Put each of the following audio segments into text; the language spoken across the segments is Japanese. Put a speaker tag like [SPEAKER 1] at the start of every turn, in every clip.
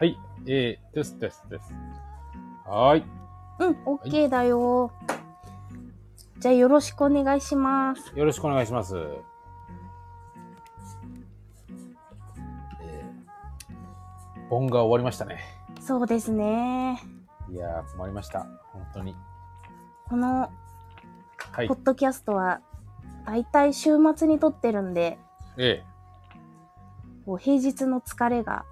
[SPEAKER 1] えー、ですですです。はーい。
[SPEAKER 2] うん、OK だよ、じゃあよろしくお願いします。
[SPEAKER 1] よろしくお願いします。えー、盆が終わりましたね。
[SPEAKER 2] そうですね。
[SPEAKER 1] いやー、困りました。本当に。
[SPEAKER 2] この
[SPEAKER 1] はい
[SPEAKER 2] ポ。ッドキャストは、だいたい週末に撮ってるんで、
[SPEAKER 1] え
[SPEAKER 2] こう平日の疲れが、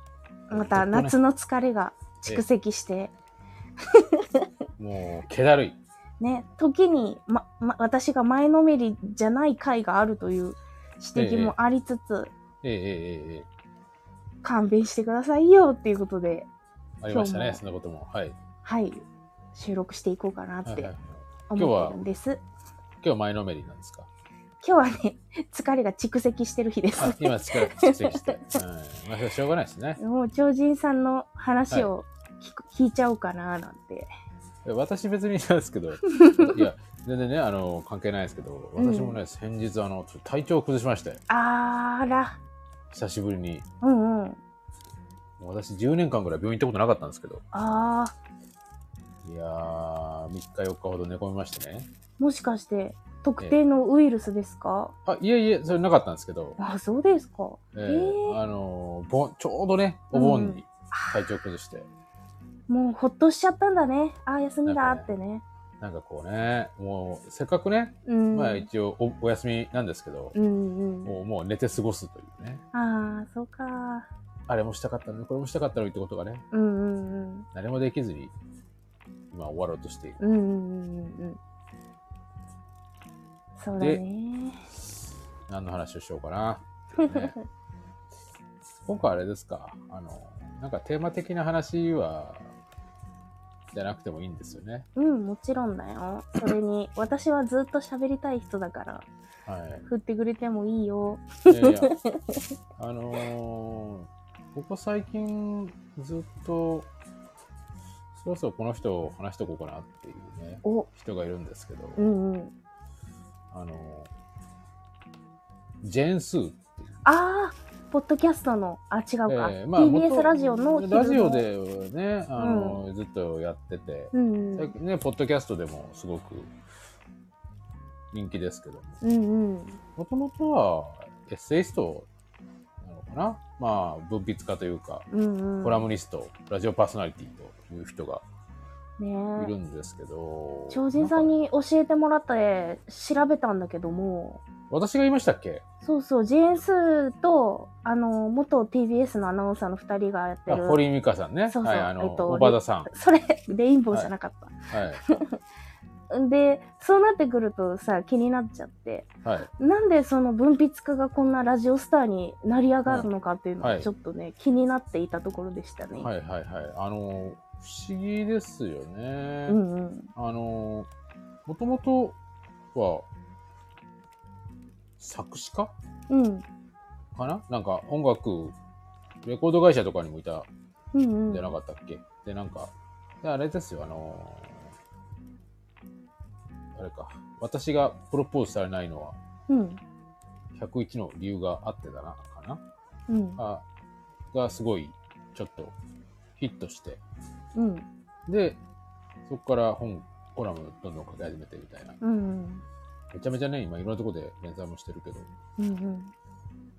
[SPEAKER 2] また
[SPEAKER 1] ずっとね
[SPEAKER 2] 夏の疲れが蓄積して、
[SPEAKER 1] ー、もう、気だるい。
[SPEAKER 2] ね、時に、ま、ま、私が前のめりじゃない回があるという指摘もあり
[SPEAKER 1] えー、
[SPEAKER 2] つつ、
[SPEAKER 1] えー、えー、え
[SPEAKER 2] 勘弁してくださいよっていうことで、
[SPEAKER 1] ー、ありました
[SPEAKER 2] 今日
[SPEAKER 1] ね、
[SPEAKER 2] も
[SPEAKER 1] そんなことも。はい。
[SPEAKER 2] はい、収録していこうかな
[SPEAKER 1] は
[SPEAKER 2] っ
[SPEAKER 1] いはい
[SPEAKER 2] て
[SPEAKER 1] はい、
[SPEAKER 2] 思ってるんです。
[SPEAKER 1] 今日前のめりなんですか。
[SPEAKER 2] 今日はね、疲れが蓄積してる日です。
[SPEAKER 1] あ、今、力蓄積して。 うん。まあ、しょうがないですね。
[SPEAKER 2] もう超人さんの話を聞く、聞いちゃおうかななんて。
[SPEAKER 1] いや私別になんです けどいや全然ねあの関係ないですけど
[SPEAKER 2] うん
[SPEAKER 1] 私もね、先日あのちょっと体調を崩しまして
[SPEAKER 2] あーら、
[SPEAKER 1] 久しぶりに
[SPEAKER 2] うんうん。
[SPEAKER 1] もう私10年間ぐらい病院行ったことなかったんですけど
[SPEAKER 2] あー、
[SPEAKER 1] いやー3日4日ほど寝込みましてね
[SPEAKER 2] もしかして特定のウイルスですか、
[SPEAKER 1] あいえいえそれなかったんですけど、
[SPEAKER 2] あ、そうですか。
[SPEAKER 1] えー
[SPEAKER 2] えー
[SPEAKER 1] あのぼちょうどねお盆
[SPEAKER 2] うん
[SPEAKER 1] に体調崩して、
[SPEAKER 2] もうほっとしちゃったんだね。あー、休みだーってね。
[SPEAKER 1] なんかこうねもうせっかくね、
[SPEAKER 2] うん。
[SPEAKER 1] まあ、一応おお休みなんですけど
[SPEAKER 2] う、んうん。
[SPEAKER 1] もうもう寝て過ごすというね
[SPEAKER 2] あー、そうか
[SPEAKER 1] あれもしたかったのにこれもしたかったのにってことがね
[SPEAKER 2] ー。うんうんうん。
[SPEAKER 1] 何もできずに今終わろうとしている
[SPEAKER 2] うんうんうんうん。そうだね。
[SPEAKER 1] 何の話をしようか なっていうね今回あれですかあのなんかテーマ的な話はじゃなくてもいいんですよね
[SPEAKER 2] うん、もちろんだよ。そ れに、私はずっと喋りたい人だから、
[SPEAKER 1] はい
[SPEAKER 2] 振ってくれてもいいよ。
[SPEAKER 1] いやい やあのーここ最近ずっとそろそろこの人を話しておこうかなっていうね
[SPEAKER 2] お、
[SPEAKER 1] 人がいるんですけど、
[SPEAKER 2] うんうん。
[SPEAKER 1] あのージェーン・スーっていう
[SPEAKER 2] あー、ポッドキャストの、あ、違うか。
[SPEAKER 1] えーまあ
[SPEAKER 2] TBS
[SPEAKER 1] 元
[SPEAKER 2] ラジオの昼の
[SPEAKER 1] ラジオ。でねあの、ずっとやってて、
[SPEAKER 2] うんうん。
[SPEAKER 1] 最近ねポッドキャストでもすごく人気ですけども
[SPEAKER 2] うんうん。
[SPEAKER 1] もともとはエッセイストなのかなまあ文筆家というか
[SPEAKER 2] うんうん。
[SPEAKER 1] コラムニスト、ラジオパーソナリティという人がい
[SPEAKER 2] ね
[SPEAKER 1] る
[SPEAKER 2] え。
[SPEAKER 1] んですけど、
[SPEAKER 2] 超人さんに教えてもらって、調べたんだけども、
[SPEAKER 1] 私が言いましたっけ
[SPEAKER 2] そうそう、ジェーンスーと、あの、元 TBS のアナウンサーの二人がやって
[SPEAKER 1] あ
[SPEAKER 2] る。
[SPEAKER 1] 堀井美香さんね
[SPEAKER 2] そうそう
[SPEAKER 1] はいあの、
[SPEAKER 2] えっと
[SPEAKER 1] 小田さ
[SPEAKER 2] それ、レインボーじゃなかった。
[SPEAKER 1] ん はい
[SPEAKER 2] でそうなってくるとさ気になっちゃって
[SPEAKER 1] はい
[SPEAKER 2] なんでその文筆家がこんなラジオスターになり上がるのかっていうの
[SPEAKER 1] は
[SPEAKER 2] が
[SPEAKER 1] い
[SPEAKER 2] ちょっとね、気になっていたところでしたね。
[SPEAKER 1] はいはいはいあの不思議ですよね、
[SPEAKER 2] うんうん、
[SPEAKER 1] あのもともとは作詞家
[SPEAKER 2] うん
[SPEAKER 1] かななんか音楽レコード会社とかにもいた
[SPEAKER 2] うんうん
[SPEAKER 1] んじゃなかったっけ、でなんかであれですよあのあれか私がプロポーズされないのは
[SPEAKER 2] うん
[SPEAKER 1] 101の理由があってだなかな
[SPEAKER 2] うん
[SPEAKER 1] あがすごいちょっとヒットして
[SPEAKER 2] うん
[SPEAKER 1] でそこから本コラムどんどん書き始めてみたいな
[SPEAKER 2] うんうん
[SPEAKER 1] めちゃめちゃね、今いろんなとこで連載もしてるけど、
[SPEAKER 2] うんうん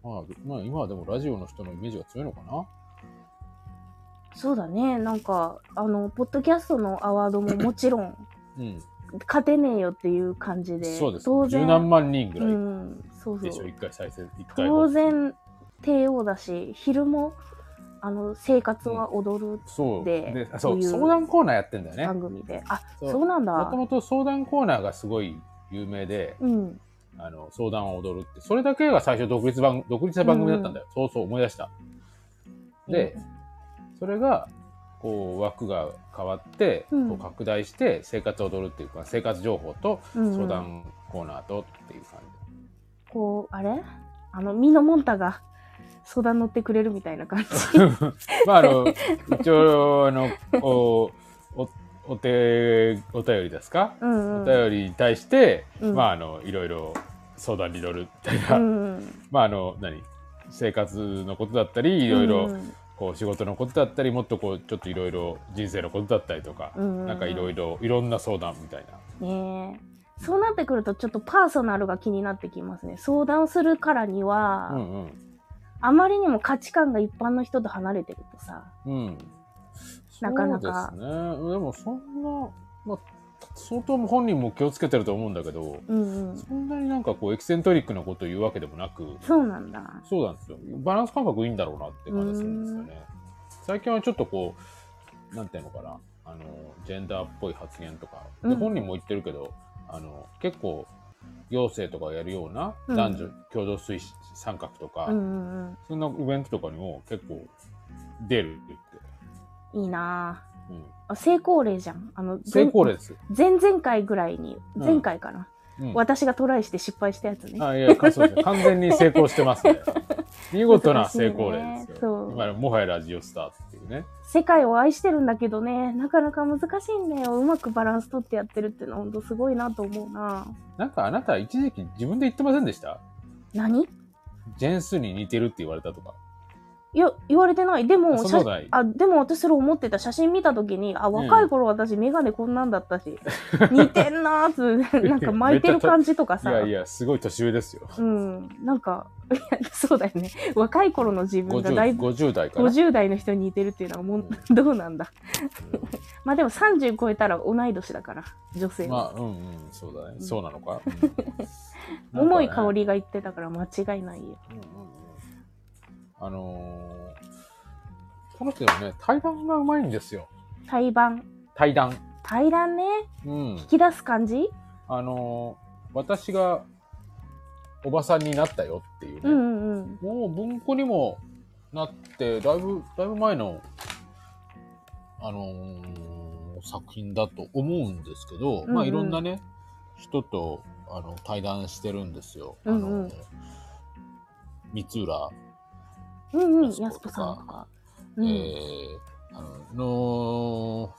[SPEAKER 1] まあ、まあ、今はでもラジオの人のイメージが強いのかな
[SPEAKER 2] そうだねなんかあのポッドキャストのアワードももちろん
[SPEAKER 1] うん。
[SPEAKER 2] 勝てねえよっていう感じで
[SPEAKER 1] そうです。
[SPEAKER 2] 当
[SPEAKER 1] 十
[SPEAKER 2] 然
[SPEAKER 1] 何万人ぐ
[SPEAKER 2] う
[SPEAKER 1] ら
[SPEAKER 2] んそう
[SPEAKER 1] いで
[SPEAKER 2] そ
[SPEAKER 1] しょ、
[SPEAKER 2] う
[SPEAKER 1] 一回再生、一回。
[SPEAKER 2] 当。然帝王だし昼もあの生活は踊る
[SPEAKER 1] そう。
[SPEAKER 2] で
[SPEAKER 1] で、あそ
[SPEAKER 2] こ
[SPEAKER 1] う、
[SPEAKER 2] ういう
[SPEAKER 1] 相談コーナーやってんだよね。
[SPEAKER 2] 番組で、あ
[SPEAKER 1] そう
[SPEAKER 2] そうなん
[SPEAKER 1] も
[SPEAKER 2] だ
[SPEAKER 1] ともと相談コーナーがすごい有名で、
[SPEAKER 2] うん
[SPEAKER 1] あの、相談を踊るって、それだけが最初独立番、独立した番組だったんだよ。そうそう、思い出した。で、それが、こう、枠が変わって、
[SPEAKER 2] うん
[SPEAKER 1] こう拡大して、生活を踊るっていうか、生活情報と
[SPEAKER 2] うんうん
[SPEAKER 1] 相談コーナーとっていう感じ。
[SPEAKER 2] こうあれあのミノモンタが相談乗ってくれるみたいな 感じ
[SPEAKER 1] まああの一応あのおおお手お便りですか、
[SPEAKER 2] うん、う
[SPEAKER 1] お
[SPEAKER 2] ん、
[SPEAKER 1] 便りに対して、
[SPEAKER 2] うん
[SPEAKER 1] まああのいろいろ相談に乗るみたいな、
[SPEAKER 2] うんうん
[SPEAKER 1] まああの何生活のことだったりいろいろ
[SPEAKER 2] うん
[SPEAKER 1] こう仕事のことだったりもっとこうちょっといろいろ人生のことだったりとか、
[SPEAKER 2] うん
[SPEAKER 1] なんかいろいろいろんな相談みたいな
[SPEAKER 2] ねえそうなってくるとちょっとパーソナルが気になってきますね相談するからには、
[SPEAKER 1] うんうん
[SPEAKER 2] あまりにも価値観が一般の人と離れてるとさ
[SPEAKER 1] うん。
[SPEAKER 2] なかなか
[SPEAKER 1] そうですね。でもそんな、まあ、相当本人も気をつけてると思うんだけど、
[SPEAKER 2] うんうん
[SPEAKER 1] そんなになんかこうエキセントリックなことを言うわけでもなく、
[SPEAKER 2] そうなんだ
[SPEAKER 1] そうなんですよ。バランス感覚いいんだろうなって感じがするんですよね。最近はちょっとこう、なんていうのかな、あの、ジェンダーっぽい発言とか、で
[SPEAKER 2] うん
[SPEAKER 1] 本人も言ってるけど、あの、結構、行政とかやるような
[SPEAKER 2] うん
[SPEAKER 1] 男女共同推進参画とか、
[SPEAKER 2] うんうん
[SPEAKER 1] そんなイベントとかにも結構出るって言って、
[SPEAKER 2] うんいいな
[SPEAKER 1] う
[SPEAKER 2] あ
[SPEAKER 1] ん、
[SPEAKER 2] あ成功例じゃんあの
[SPEAKER 1] 成功例です。
[SPEAKER 2] 前前々回ぐらいに
[SPEAKER 1] うん
[SPEAKER 2] 前回かな、
[SPEAKER 1] うん
[SPEAKER 2] 私がトライして失敗したやつね
[SPEAKER 1] あいやかそうですね完全に成功してます ね。見事な成功例
[SPEAKER 2] 難しい
[SPEAKER 1] で
[SPEAKER 2] ね
[SPEAKER 1] す
[SPEAKER 2] そ
[SPEAKER 1] よ。
[SPEAKER 2] う
[SPEAKER 1] 今もはやラジオスターっていうね。
[SPEAKER 2] 世界を愛してるんだけどねなかなか難しいんだようまくバランス取ってやってるってのはほんとすごいなと思うな
[SPEAKER 1] なんかあなた一時期自分で言ってませんでした
[SPEAKER 2] 何
[SPEAKER 1] ジェンスに似てるって言われたとか。
[SPEAKER 2] いや言われてないでも
[SPEAKER 1] あそんな
[SPEAKER 2] 写
[SPEAKER 1] ことない
[SPEAKER 2] あでも私それ思ってた写真見た時にあ
[SPEAKER 1] ん
[SPEAKER 2] 若い頃私眼鏡こんなんだったし、 似てんなーってなんか巻いてる感じとか
[SPEAKER 1] い
[SPEAKER 2] さ
[SPEAKER 1] やいや、すごい年上ですよ。
[SPEAKER 2] うんなんかいやそうだよね若い頃の自分がだい
[SPEAKER 1] 50,
[SPEAKER 2] ぶ
[SPEAKER 1] 50代から。
[SPEAKER 2] 50代の人に似てるっていうのはもうどうなんだまあでも30超えたら同い年だから女
[SPEAKER 1] う
[SPEAKER 2] 性
[SPEAKER 1] ん
[SPEAKER 2] は、
[SPEAKER 1] まあ、うんうん、そうだね。
[SPEAKER 2] うん
[SPEAKER 1] そうなのか。 うん
[SPEAKER 2] 桃井か
[SPEAKER 1] なん
[SPEAKER 2] お。
[SPEAKER 1] かね
[SPEAKER 2] りが言ってたから間違いな
[SPEAKER 1] うんう
[SPEAKER 2] いよ
[SPEAKER 1] んうんあのー、この人でもね、対談がうまいんですよ。
[SPEAKER 2] 対盤
[SPEAKER 1] 対談。
[SPEAKER 2] 対談ね
[SPEAKER 1] うん。
[SPEAKER 2] 引き出す感じ
[SPEAKER 1] あのー私がおばさんになったよっていうね、
[SPEAKER 2] うんうんうん
[SPEAKER 1] もう文庫にもなってだいぶだいぶ前の、あのー作品だと思うんですけど、
[SPEAKER 2] うん
[SPEAKER 1] まあ
[SPEAKER 2] うん
[SPEAKER 1] いろんなね人とあの対談してるんですよ。あ
[SPEAKER 2] うんう
[SPEAKER 1] の
[SPEAKER 2] ん
[SPEAKER 1] ー三浦、
[SPEAKER 2] うんうん
[SPEAKER 1] や
[SPEAKER 2] や
[SPEAKER 1] す
[SPEAKER 2] す
[SPEAKER 1] 子
[SPEAKER 2] 子
[SPEAKER 1] とか
[SPEAKER 2] さんとかうん、
[SPEAKER 1] えーあのの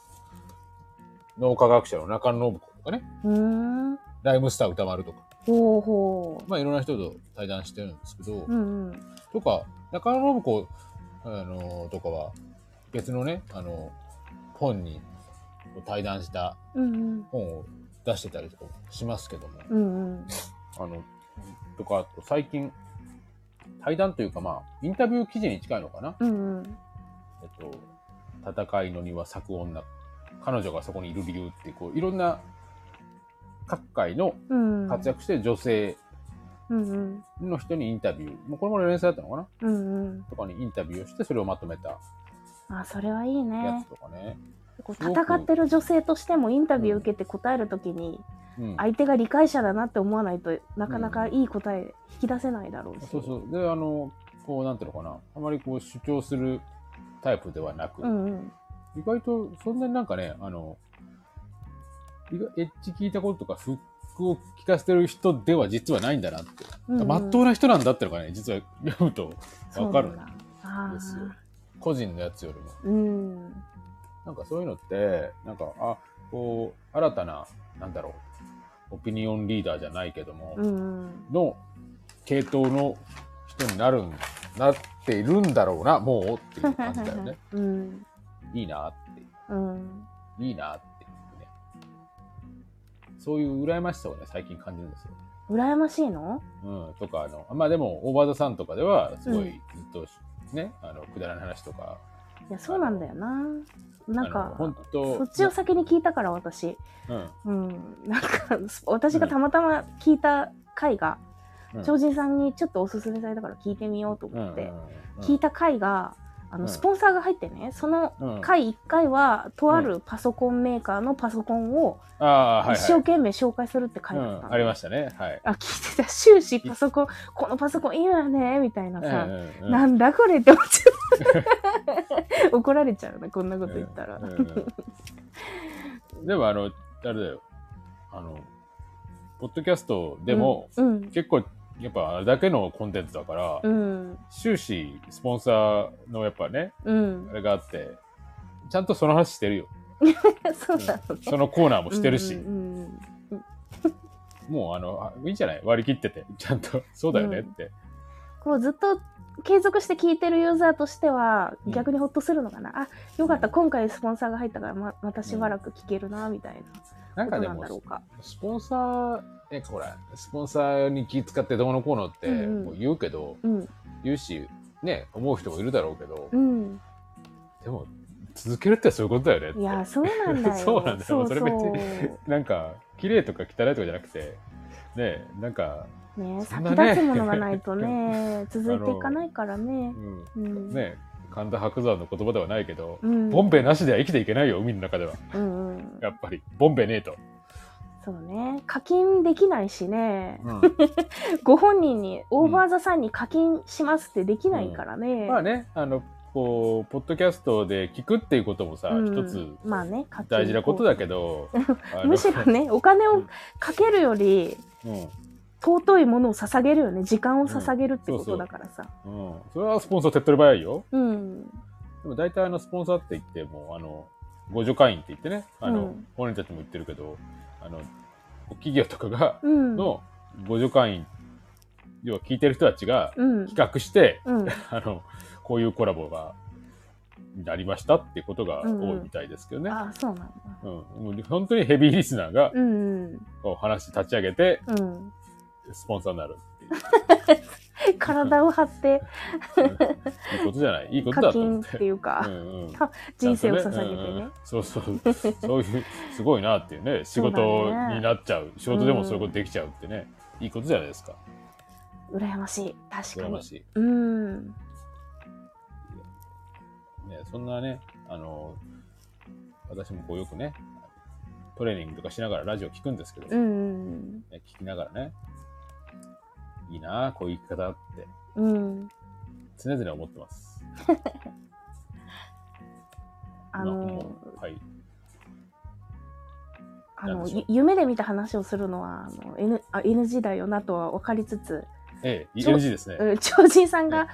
[SPEAKER 1] 脳科学者の中野信子とかね
[SPEAKER 2] うーん
[SPEAKER 1] ライムスター歌丸とか、
[SPEAKER 2] ほうほ
[SPEAKER 1] まあ、いろんな人と対談してるんですけど、
[SPEAKER 2] ううんうん
[SPEAKER 1] とか、中野信子、あのとかは、別のね、あの、本に対談した
[SPEAKER 2] うんうん
[SPEAKER 1] 本を出してたりとかしますけども、
[SPEAKER 2] うんうん
[SPEAKER 1] あの、とか、あと最近、対談というか、まあ、インタビュー記事に近いのかな。
[SPEAKER 2] うんうん
[SPEAKER 1] えっと、戦いの庭咲く女、彼女がそこにいる理由っていう、こう、いろんな各界の
[SPEAKER 2] うん
[SPEAKER 1] 活躍してる女性
[SPEAKER 2] うんうん
[SPEAKER 1] の人にインタビュー、もうこれも連載だったのかな
[SPEAKER 2] うんうん
[SPEAKER 1] とかにインタビューをして、それをまとめた
[SPEAKER 2] あそれはいい
[SPEAKER 1] や
[SPEAKER 2] ね
[SPEAKER 1] つとかね。
[SPEAKER 2] こ
[SPEAKER 1] す
[SPEAKER 2] う
[SPEAKER 1] ごく
[SPEAKER 2] 戦ってる女性としてもインタビュー受けて答えるときに
[SPEAKER 1] うん、
[SPEAKER 2] 相手が理解者だなって思わないとなかなかいい答え引き出せないだろうし
[SPEAKER 1] そうそう。で、あの、こう、なんていうのかな。あまりこう、主張するタイプではなく、
[SPEAKER 2] うんうん
[SPEAKER 1] 意外と、そんなになんかね、あの、意外エッジ聞いたこととか、フックを聞かせてる人では実はないんだなって。
[SPEAKER 2] うんうん
[SPEAKER 1] まっとうな人なんだってのがね、実は読むとわかる
[SPEAKER 2] そうんなんだあ
[SPEAKER 1] ですよ
[SPEAKER 2] ー。
[SPEAKER 1] 個人のやつよりも。
[SPEAKER 2] うん
[SPEAKER 1] なんかそういうのって、なんか、あ、こう、新たな、なんだろう、オピニオンリーダーじゃないけども、
[SPEAKER 2] うん
[SPEAKER 1] の系統の人になるんなっているんだろうなもうっていう感じだよ ね
[SPEAKER 2] うん
[SPEAKER 1] いいなっていう
[SPEAKER 2] うん
[SPEAKER 1] いいなっていうねそういう羨ましさをね最近感じるんですよ、
[SPEAKER 2] 羨ましいの
[SPEAKER 1] うん、とかあのまあでも大和田さんとかではすご
[SPEAKER 2] う
[SPEAKER 1] いずっと、ねあのくだらない話とか
[SPEAKER 2] いやそうなんだよななん
[SPEAKER 1] あの
[SPEAKER 2] か
[SPEAKER 1] 本当
[SPEAKER 2] そっちを先に聞いたから私
[SPEAKER 1] うん
[SPEAKER 2] うんなんか 私がたまたま聞いた回が
[SPEAKER 1] うん
[SPEAKER 2] 超人さんにちょっとおすすめされたから聞いてみようと思って
[SPEAKER 1] うん
[SPEAKER 2] 聞いた回があ
[SPEAKER 1] うん
[SPEAKER 2] のスポンサーが入ってねその
[SPEAKER 1] うん
[SPEAKER 2] 回1回はとあるパソコンメーカーのパソコンを
[SPEAKER 1] ああはいはい
[SPEAKER 2] 一生懸命紹介するって回だった
[SPEAKER 1] う
[SPEAKER 2] の
[SPEAKER 1] んありましたねはい
[SPEAKER 2] あ聞いてた終始パソコンこのパソコンいいわよねみたいなさ、
[SPEAKER 1] うんうん
[SPEAKER 2] なんだこれって思っちゃった怒られちゃうな こんなこと言ったら、
[SPEAKER 1] うんうんでもあのあれだよあのポッドキャストでも、
[SPEAKER 2] うん
[SPEAKER 1] 結構やっぱあれだけのコンテンツだから、
[SPEAKER 2] うん
[SPEAKER 1] 終始スポンサーのやっぱね
[SPEAKER 2] うん
[SPEAKER 1] あれがあってちゃんとその話してるよ、
[SPEAKER 2] そうなの
[SPEAKER 1] そのコーナーもしてるし、
[SPEAKER 2] うんうんうん
[SPEAKER 1] もうあのあいいんじゃない割り切っててちゃんとそうだよねって、
[SPEAKER 2] こうずっと継続して聞いてるユーザーとしては
[SPEAKER 1] うん
[SPEAKER 2] 逆にほっとするのかな、あよかった今回スポンサーが入ったからままたしばらく聞けるなみたい
[SPEAKER 1] な
[SPEAKER 2] なんこと
[SPEAKER 1] かで
[SPEAKER 2] なん
[SPEAKER 1] も
[SPEAKER 2] だ、ろうか
[SPEAKER 1] スポンサー、え、ほら、スポンサーに気使ってどうのこうのって
[SPEAKER 2] うんうん
[SPEAKER 1] もう言うけど、
[SPEAKER 2] うん
[SPEAKER 1] 言うし、ね、思う人もいるだろうけど、
[SPEAKER 2] うん
[SPEAKER 1] でも、続けるってそういうことだよねって。
[SPEAKER 2] いやそうなんだ よ
[SPEAKER 1] そうなんだよ
[SPEAKER 2] そう
[SPEAKER 1] それ別になんか、綺麗とか汚いとかじゃなくて、ね、なんか、
[SPEAKER 2] ね
[SPEAKER 1] そん
[SPEAKER 2] 先
[SPEAKER 1] なね
[SPEAKER 2] 立つものがないとね続いていかないからね
[SPEAKER 1] うん、
[SPEAKER 2] うん
[SPEAKER 1] ね、神田伯山の言葉ではないけど、
[SPEAKER 2] うん
[SPEAKER 1] ボンベなしでは生きていけないよ、海の中では。
[SPEAKER 2] うんうん
[SPEAKER 1] やっぱり、ボンベねえと。
[SPEAKER 2] そうね課金できないしね
[SPEAKER 1] うん
[SPEAKER 2] ご本人にオーバーザさんに課金しますってできないからね、
[SPEAKER 1] まあね、あの、こう、ポッドキャストで聞くっていうこともさ、
[SPEAKER 2] うん
[SPEAKER 1] 一つ
[SPEAKER 2] まあね課金
[SPEAKER 1] 大事なことだけど、あの
[SPEAKER 2] むしろねお金をかけるより
[SPEAKER 1] うん、
[SPEAKER 2] 尊いものを捧げるよね時間を捧げるってことだからさ
[SPEAKER 1] うん。それはスポンサー手っ取り早いよ。
[SPEAKER 2] うん
[SPEAKER 1] でも大体あの、スポンサーって言っても、あの、ご助会員って言ってね、あの、
[SPEAKER 2] うん
[SPEAKER 1] 本人たちも言ってるけど、あの、企業とかが、
[SPEAKER 2] うん
[SPEAKER 1] のご助会員、要は聞いてる人たちが
[SPEAKER 2] うん
[SPEAKER 1] 企画して、
[SPEAKER 2] うん
[SPEAKER 1] あの、こういうコラボが、なりましたってことが多いみたいですけどね。
[SPEAKER 2] ああそうなんだ
[SPEAKER 1] うん。もう本当にヘビーリスナーが、
[SPEAKER 2] うんうん
[SPEAKER 1] こう話立ち上げて、
[SPEAKER 2] うん
[SPEAKER 1] スポンサーになるっていう。
[SPEAKER 2] 体を張 って
[SPEAKER 1] いいことじゃない。いいこと
[SPEAKER 2] 課
[SPEAKER 1] だと思
[SPEAKER 2] 金
[SPEAKER 1] っ。
[SPEAKER 2] っていうか、
[SPEAKER 1] うんうん
[SPEAKER 2] 人生を捧
[SPEAKER 1] うんう
[SPEAKER 2] げ
[SPEAKER 1] んそうそう。そういう、すごいなっていう ね。仕事
[SPEAKER 2] そうだね
[SPEAKER 1] になっちゃう。仕事でもそういうことできちゃうってね。いいことじゃないですか。
[SPEAKER 2] てね羨ましい確か
[SPEAKER 1] 羨ま
[SPEAKER 2] に
[SPEAKER 1] しい。
[SPEAKER 2] うん
[SPEAKER 1] ね、そんなね、あの、私もこうよくね、トレーニングとかしながらラジオ聞くんですけど、
[SPEAKER 2] う
[SPEAKER 1] ね
[SPEAKER 2] ん
[SPEAKER 1] 聞きながらね、いいなあこういう生き方って
[SPEAKER 2] うん
[SPEAKER 1] 常々思ってます。
[SPEAKER 2] あ
[SPEAKER 1] な
[SPEAKER 2] の
[SPEAKER 1] もうはい。
[SPEAKER 2] あ
[SPEAKER 1] なん
[SPEAKER 2] の
[SPEAKER 1] でしょう
[SPEAKER 2] ゆ夢で見た話をするのはあの N, あ NG だよなとは分かりつつ、
[SPEAKER 1] ええ、
[SPEAKER 2] ちょ
[SPEAKER 1] NG ですね。
[SPEAKER 2] うん 超人さんが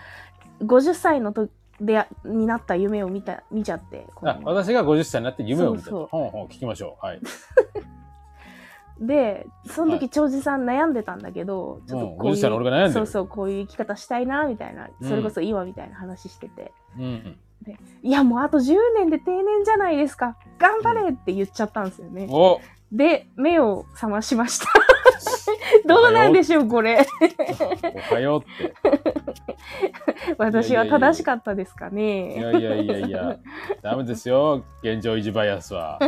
[SPEAKER 2] 50歳のとであになった夢を見た見ちゃってこう
[SPEAKER 1] あ私が50歳になって夢を見た
[SPEAKER 2] そうそう
[SPEAKER 1] と。ほんほん聞きましょう。はい。
[SPEAKER 2] でその
[SPEAKER 1] は
[SPEAKER 2] 時超人さん悩んでたんだけど、ちょっと
[SPEAKER 1] うん
[SPEAKER 2] こう
[SPEAKER 1] 50歳の俺が悩んでる
[SPEAKER 2] いうそうそうこういう生き方したいなみたいな
[SPEAKER 1] うん
[SPEAKER 2] それこそ今みたいな話してて、
[SPEAKER 1] うん。
[SPEAKER 2] いやもうあと10年で定年じゃないですか頑張れって言っちゃったんですよね、
[SPEAKER 1] お
[SPEAKER 2] で目を覚ましましたどうなんでしょうこれ
[SPEAKER 1] おはようって。
[SPEAKER 2] 私は正しかったですかね
[SPEAKER 1] いやいやいやい や、ダメですよ、現状維持バイアスは。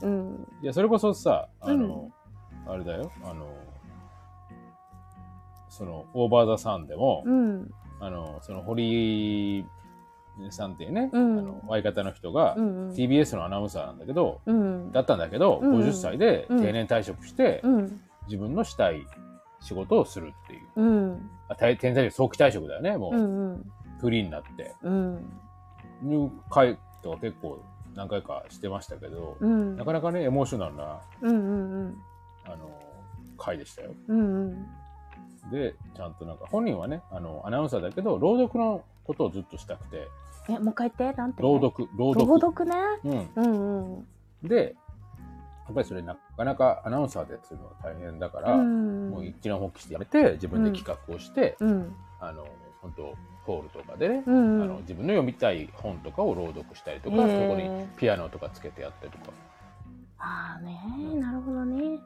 [SPEAKER 2] うん
[SPEAKER 1] いや、それこそさ、あの、あれだよ、あの、その、オーバーザさんでも、
[SPEAKER 2] うん
[SPEAKER 1] あの、その、堀井さんっていうね、
[SPEAKER 2] うん
[SPEAKER 1] あの相方の人が、
[SPEAKER 2] うん
[SPEAKER 1] TBS のアナウンサーなんだけど、
[SPEAKER 2] うん
[SPEAKER 1] だったんだけど、
[SPEAKER 2] うん
[SPEAKER 1] 50歳で
[SPEAKER 2] うん
[SPEAKER 1] 定年退職して、
[SPEAKER 2] うん
[SPEAKER 1] 自分のしたい仕事をするっていう。
[SPEAKER 2] うん
[SPEAKER 1] あ、定定年退職、早期退職だよね、もう、
[SPEAKER 2] うんうん
[SPEAKER 1] フリーになって。
[SPEAKER 2] うん
[SPEAKER 1] いう回とか結構何回かしてましたけど、
[SPEAKER 2] うん
[SPEAKER 1] なかなかねエモーショナルな
[SPEAKER 2] うんうん
[SPEAKER 1] あの回でしたよ。
[SPEAKER 2] うんうん
[SPEAKER 1] でちゃんとなんか本人はねあのアナウンサーだけど朗読のことをずっとしたくて
[SPEAKER 2] えもう一回言ってなんて
[SPEAKER 1] 朗読朗読
[SPEAKER 2] 朗読ね
[SPEAKER 1] うん、
[SPEAKER 2] うんうん
[SPEAKER 1] でやっぱりそれなかなかアナウンサーでするのは大変だから、
[SPEAKER 2] うん
[SPEAKER 1] もう一気に放棄してやめて自分で企画をして、
[SPEAKER 2] うん
[SPEAKER 1] あの本当ホールとかでね、
[SPEAKER 2] う
[SPEAKER 1] あ
[SPEAKER 2] ん
[SPEAKER 1] の自分の読みたい本とかを朗読したりとか、
[SPEAKER 2] へ
[SPEAKER 1] そこ
[SPEAKER 2] ー
[SPEAKER 1] にピアノとかつけてやったりとか
[SPEAKER 2] ああねなるほどね
[SPEAKER 1] うんうん、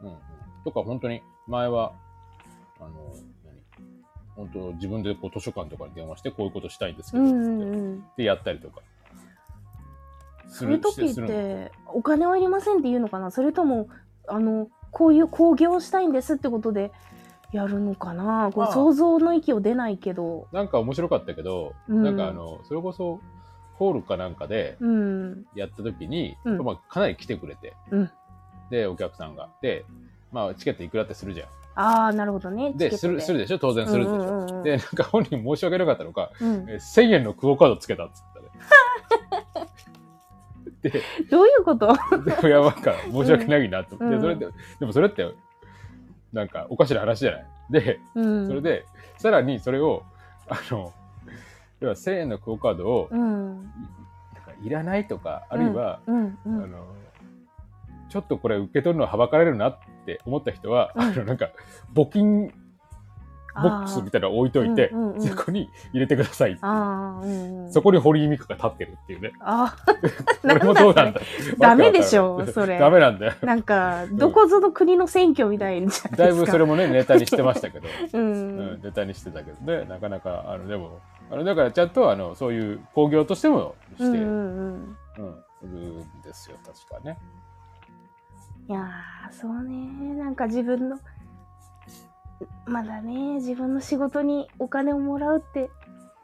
[SPEAKER 1] とか本当に前はあの何本当自分でこう図書館とかに電話してこういうことしたいんですけ
[SPEAKER 2] う
[SPEAKER 1] ど、
[SPEAKER 2] ん
[SPEAKER 1] つ
[SPEAKER 2] う
[SPEAKER 1] って
[SPEAKER 2] んうん
[SPEAKER 1] でやったりとかす
[SPEAKER 2] そういう時
[SPEAKER 1] して
[SPEAKER 2] っ
[SPEAKER 1] する
[SPEAKER 2] てお金はいりませんって言うのかなそれともあのこういう興行をしたいんですってことでやるのかなこ
[SPEAKER 1] あ
[SPEAKER 2] れ
[SPEAKER 1] あ
[SPEAKER 2] 想像の域を出ないけど
[SPEAKER 1] なんか面白かったけど、
[SPEAKER 2] うん
[SPEAKER 1] なんかあのそれこそホールかなんかで
[SPEAKER 2] うん
[SPEAKER 1] やった時に、
[SPEAKER 2] うん
[SPEAKER 1] まあ、かなり来てくれて、
[SPEAKER 2] うん
[SPEAKER 1] でお客さんがで、まあ、チケットいくらってするじゃん
[SPEAKER 2] ああなるほどねチ
[SPEAKER 1] で
[SPEAKER 2] ケット
[SPEAKER 1] するするでしょ当然するでしょ、
[SPEAKER 2] うんうんうん
[SPEAKER 1] でなんか本人申し訳なかったのか
[SPEAKER 2] うん
[SPEAKER 1] え1000円のクオカードつけたっつったね
[SPEAKER 2] どういうこと
[SPEAKER 1] で もやばいから申し訳ないなと思って、
[SPEAKER 2] うん
[SPEAKER 1] それででもそれってなんかおかしな話じゃないで
[SPEAKER 2] うん
[SPEAKER 1] それで、さらにそれをあの要は1000円のクオ・カードを、
[SPEAKER 2] うん
[SPEAKER 1] なんかいらないとかあるいは、
[SPEAKER 2] うんう
[SPEAKER 1] あ
[SPEAKER 2] ん
[SPEAKER 1] のちょっとこれ受け取るのはばかられるなって思った人は、
[SPEAKER 2] うん
[SPEAKER 1] あのなんか募金ボックスみたいなの置いといて、
[SPEAKER 2] うんうんうん
[SPEAKER 1] そこに入れてくださいっていう
[SPEAKER 2] ああ、うんうん。
[SPEAKER 1] そこに堀井美香が立ってるっていうね。
[SPEAKER 2] あ
[SPEAKER 1] こ
[SPEAKER 2] なん
[SPEAKER 1] れ
[SPEAKER 2] だ
[SPEAKER 1] もどうなんだ
[SPEAKER 2] ダメでしょそれ
[SPEAKER 1] ダメなんだよ。
[SPEAKER 2] あ、なんか、どこぞの国の選挙みたいじゃないですか。
[SPEAKER 1] だいぶそれもね、ネタにしてましたけど、
[SPEAKER 2] う。
[SPEAKER 1] うんん、ネタにしてたけどね、なかなか、あの、でも、あの、だからちゃんと、あの、そういう興行としてもして、
[SPEAKER 2] う
[SPEAKER 1] うん、
[SPEAKER 2] うんん
[SPEAKER 1] するんですよ、確かね。
[SPEAKER 2] うん。いやー、そうね。なんか自分の、まだね、自分の仕事にお金をもらうって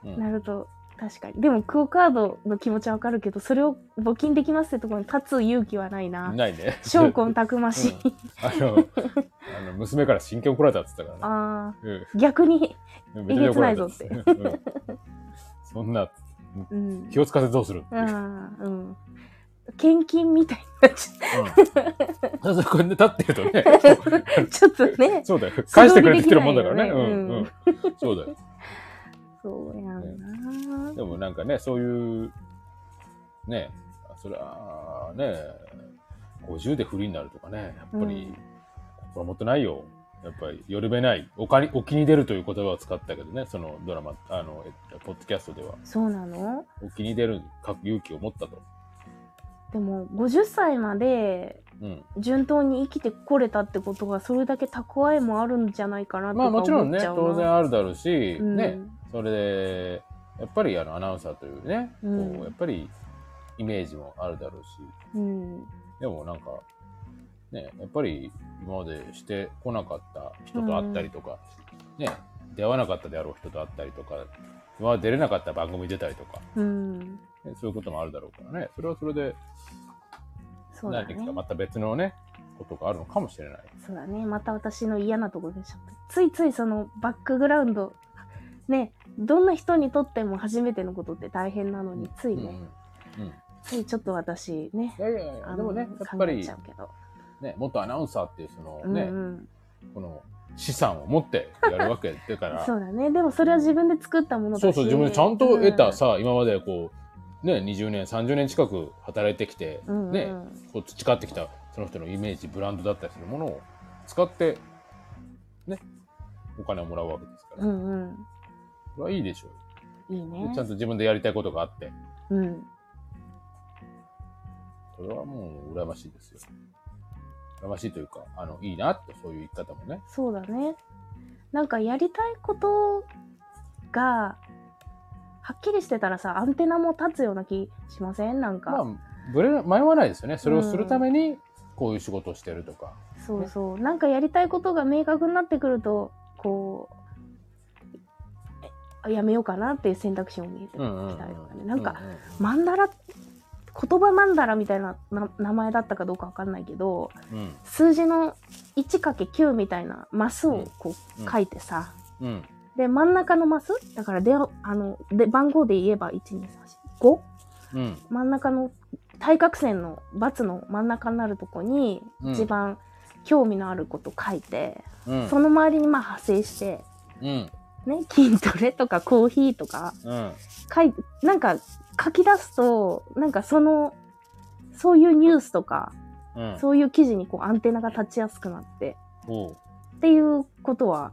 [SPEAKER 1] うん
[SPEAKER 2] なると、確かに。でも、クオカードの気持ちはわかるけど、それを募金できますってところに立つ勇気はないな。
[SPEAKER 1] ないね。
[SPEAKER 2] 証 拠たくましい。
[SPEAKER 1] あの、あの娘から新居怒られたって言ってたからね。
[SPEAKER 2] あ
[SPEAKER 1] うん
[SPEAKER 2] あ、逆に、
[SPEAKER 1] めちゃめちゃ怒られた
[SPEAKER 2] えげつない
[SPEAKER 1] って。うんそんな、
[SPEAKER 2] うん。
[SPEAKER 1] 気を使ってどうするっていう。
[SPEAKER 2] ああ、うん。献金みたいになっ ち
[SPEAKER 1] うんただそこに立ってると ね、
[SPEAKER 2] ゃうちょっとね。
[SPEAKER 1] そうだよ。
[SPEAKER 2] 素通り
[SPEAKER 1] 返してくれてきてるもんだからね。
[SPEAKER 2] でき
[SPEAKER 1] う
[SPEAKER 2] ないよ
[SPEAKER 1] ん
[SPEAKER 2] ね
[SPEAKER 1] うん。そうだよ。
[SPEAKER 2] そうやんな。
[SPEAKER 1] でもなんかね、そういう、ね、それはね、50で不利になるとかね、やっぱ
[SPEAKER 2] うん
[SPEAKER 1] り、これもってないよ。やっぱり、よるべない。おかに、お気に出るという言葉を使ったけどね、そのドラマ、あの、えポッドキャストでは、
[SPEAKER 2] そうなの
[SPEAKER 1] お気に出る書く勇気を持ったと。
[SPEAKER 2] でも50歳まで
[SPEAKER 1] うん。
[SPEAKER 2] 順当に生きてこれたってことがそれだけ蓄えもあるんじゃないかなと
[SPEAKER 1] ま
[SPEAKER 2] か
[SPEAKER 1] あもちろん
[SPEAKER 2] 思っ
[SPEAKER 1] ね、
[SPEAKER 2] ちゃうな
[SPEAKER 1] 当然あるだろうし、
[SPEAKER 2] うん
[SPEAKER 1] ね、それで、やっぱりあのアナウンサーというね、こ
[SPEAKER 2] うん
[SPEAKER 1] うやっぱりイメージもあるだろうし、
[SPEAKER 2] うん
[SPEAKER 1] でもなんか、ね、やっぱり今までしてこなかった人と会ったりとか、ね、出会わなかったであろう人と会ったりとか、今まで出れなかった番組出たりとか、
[SPEAKER 2] うん
[SPEAKER 1] ねそういうこともあるだろうからね、それはそれで
[SPEAKER 2] そうだ
[SPEAKER 1] 何
[SPEAKER 2] ね
[SPEAKER 1] かまた別のね、ことがあるのかもしれない。
[SPEAKER 2] そうだねまた私の嫌なとこ出ちゃったついついそのバックグラウンド ねどんな人にとっても初めてのことって大変なのについね、
[SPEAKER 1] うんうん
[SPEAKER 2] ついちょっと私ね
[SPEAKER 1] いやいやいや、
[SPEAKER 2] あ
[SPEAKER 1] でも
[SPEAKER 2] の
[SPEAKER 1] ね、やっ
[SPEAKER 2] 考
[SPEAKER 1] ぱ
[SPEAKER 2] え
[SPEAKER 1] り
[SPEAKER 2] ちゃ、うけど、
[SPEAKER 1] ね、元アナウンサーっていうその
[SPEAKER 2] うん
[SPEAKER 1] ね、
[SPEAKER 2] うん
[SPEAKER 1] この資産を持ってやるわけだから、
[SPEAKER 2] そうだねでもそれは自分で作ったものだし
[SPEAKER 1] そうそう、自分でちゃんと得たさ、今までこう、ね、20年、30年近く働いてきて、
[SPEAKER 2] うんうん
[SPEAKER 1] ね、こう培ってきたその人のイメージ、ブランドだったりするものを使って、ね、お金をもらうわけですか
[SPEAKER 2] う
[SPEAKER 1] ら、
[SPEAKER 2] んうん
[SPEAKER 1] それはいいでしょうよ
[SPEAKER 2] いいね
[SPEAKER 1] でちゃんと自分でやりたいことがあって、
[SPEAKER 2] うん
[SPEAKER 1] それはもう羨ましいですよ。羨ましいというか、あの、いいなって、そういう言い方もね。
[SPEAKER 2] そうだねなんかやりたいことがはっきりしてたらさアンテナも立つような気しませんなんか、
[SPEAKER 1] まあ、ぶれな、迷わないですよね。それをするために、こういう仕事をしてるとか。
[SPEAKER 2] そうそうなんかやりたいことが明確になってくるとこうえやめようかなっていう選択肢も見えてきた
[SPEAKER 1] う
[SPEAKER 2] り
[SPEAKER 1] んうんう
[SPEAKER 2] と
[SPEAKER 1] ん
[SPEAKER 2] かね、なんか、、
[SPEAKER 1] うう
[SPEAKER 2] マンダラ言葉マンダラみたいなな名前だったかどうかわかんないけど、
[SPEAKER 1] うん
[SPEAKER 2] 数字の 1×9 みたいなマスをこ
[SPEAKER 1] うん
[SPEAKER 2] う書いてさ、
[SPEAKER 1] うん
[SPEAKER 2] で真ん中のマスだからであので番号で言えば12345
[SPEAKER 1] うん
[SPEAKER 2] 真ん中の対角線の×の真ん中になるとこに
[SPEAKER 1] うん
[SPEAKER 2] 一番興味のあること書いて、
[SPEAKER 1] うん
[SPEAKER 2] その周りにまあ派生して、
[SPEAKER 1] うん
[SPEAKER 2] ね、筋トレとかコーヒーとか
[SPEAKER 1] うん
[SPEAKER 2] 書いなんか書き出すとなんかそのそういうニュースとか、
[SPEAKER 1] うん
[SPEAKER 2] そういう記事にこうアンテナが立ちやすくなって
[SPEAKER 1] おう
[SPEAKER 2] っていうことは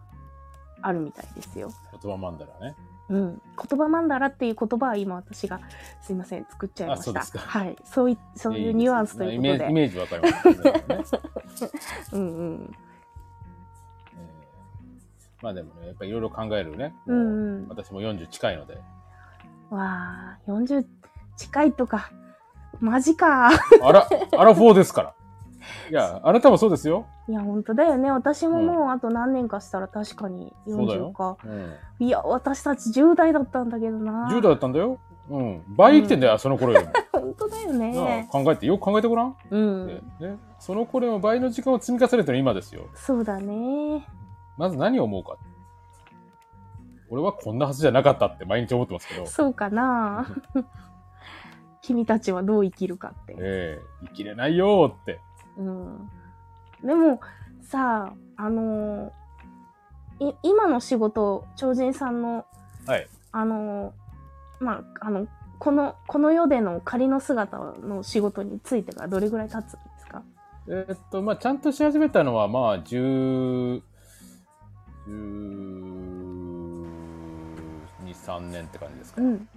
[SPEAKER 2] あるみたいですよ。
[SPEAKER 1] 言葉マンダラね
[SPEAKER 2] うん、言葉マンダラっていう言葉は今私がすいません作っちゃいま
[SPEAKER 1] あそうで
[SPEAKER 2] した。
[SPEAKER 1] すか
[SPEAKER 2] はい、そういそういうニュアンスということ
[SPEAKER 1] イメ
[SPEAKER 2] で、
[SPEAKER 1] イメージわかりますね
[SPEAKER 2] うんうん
[SPEAKER 1] えーまあでもねやっぱいろいろ考えるねもう
[SPEAKER 2] う
[SPEAKER 1] ん
[SPEAKER 2] うん。わ
[SPEAKER 1] 私も40近いので
[SPEAKER 2] あ、四十近いとかマジか。
[SPEAKER 1] あ らアラフォーですからいやあなたもそうですよ、
[SPEAKER 2] いや本当だよね。私ももうあと何年かしたら確かに
[SPEAKER 1] そう
[SPEAKER 2] 四
[SPEAKER 1] だ
[SPEAKER 2] 十
[SPEAKER 1] よ
[SPEAKER 2] か。
[SPEAKER 1] うん、
[SPEAKER 2] いや私たち十代だったんだけどな。
[SPEAKER 1] 10代だったんだよ、うん、倍生きてんだよ、その頃よりも
[SPEAKER 2] 本当だよ
[SPEAKER 1] なあ
[SPEAKER 2] ね。
[SPEAKER 1] 考えてよく考えてごらん、
[SPEAKER 2] うん。
[SPEAKER 1] でね、その頃の倍の時間を積み重ねてる今ですよ
[SPEAKER 2] そうだね。
[SPEAKER 1] まず何を思うか俺はこんなはずじゃなかったって毎日思ってますけ ど
[SPEAKER 2] そうかな。 君たちはどう生きるかって。
[SPEAKER 1] ええ生きれないよーって。
[SPEAKER 2] うん、でもさあのーい今の仕事超人さんの
[SPEAKER 1] はい。
[SPEAKER 2] あのーまああのこのこの世での仮の姿の仕事についてがどれぐらい経つんですか
[SPEAKER 1] えーっと、まあ、ちゃんとし始めたのは、まあ、10、10 3年って感じですか、
[SPEAKER 2] う
[SPEAKER 1] うんうん
[SPEAKER 2] ん。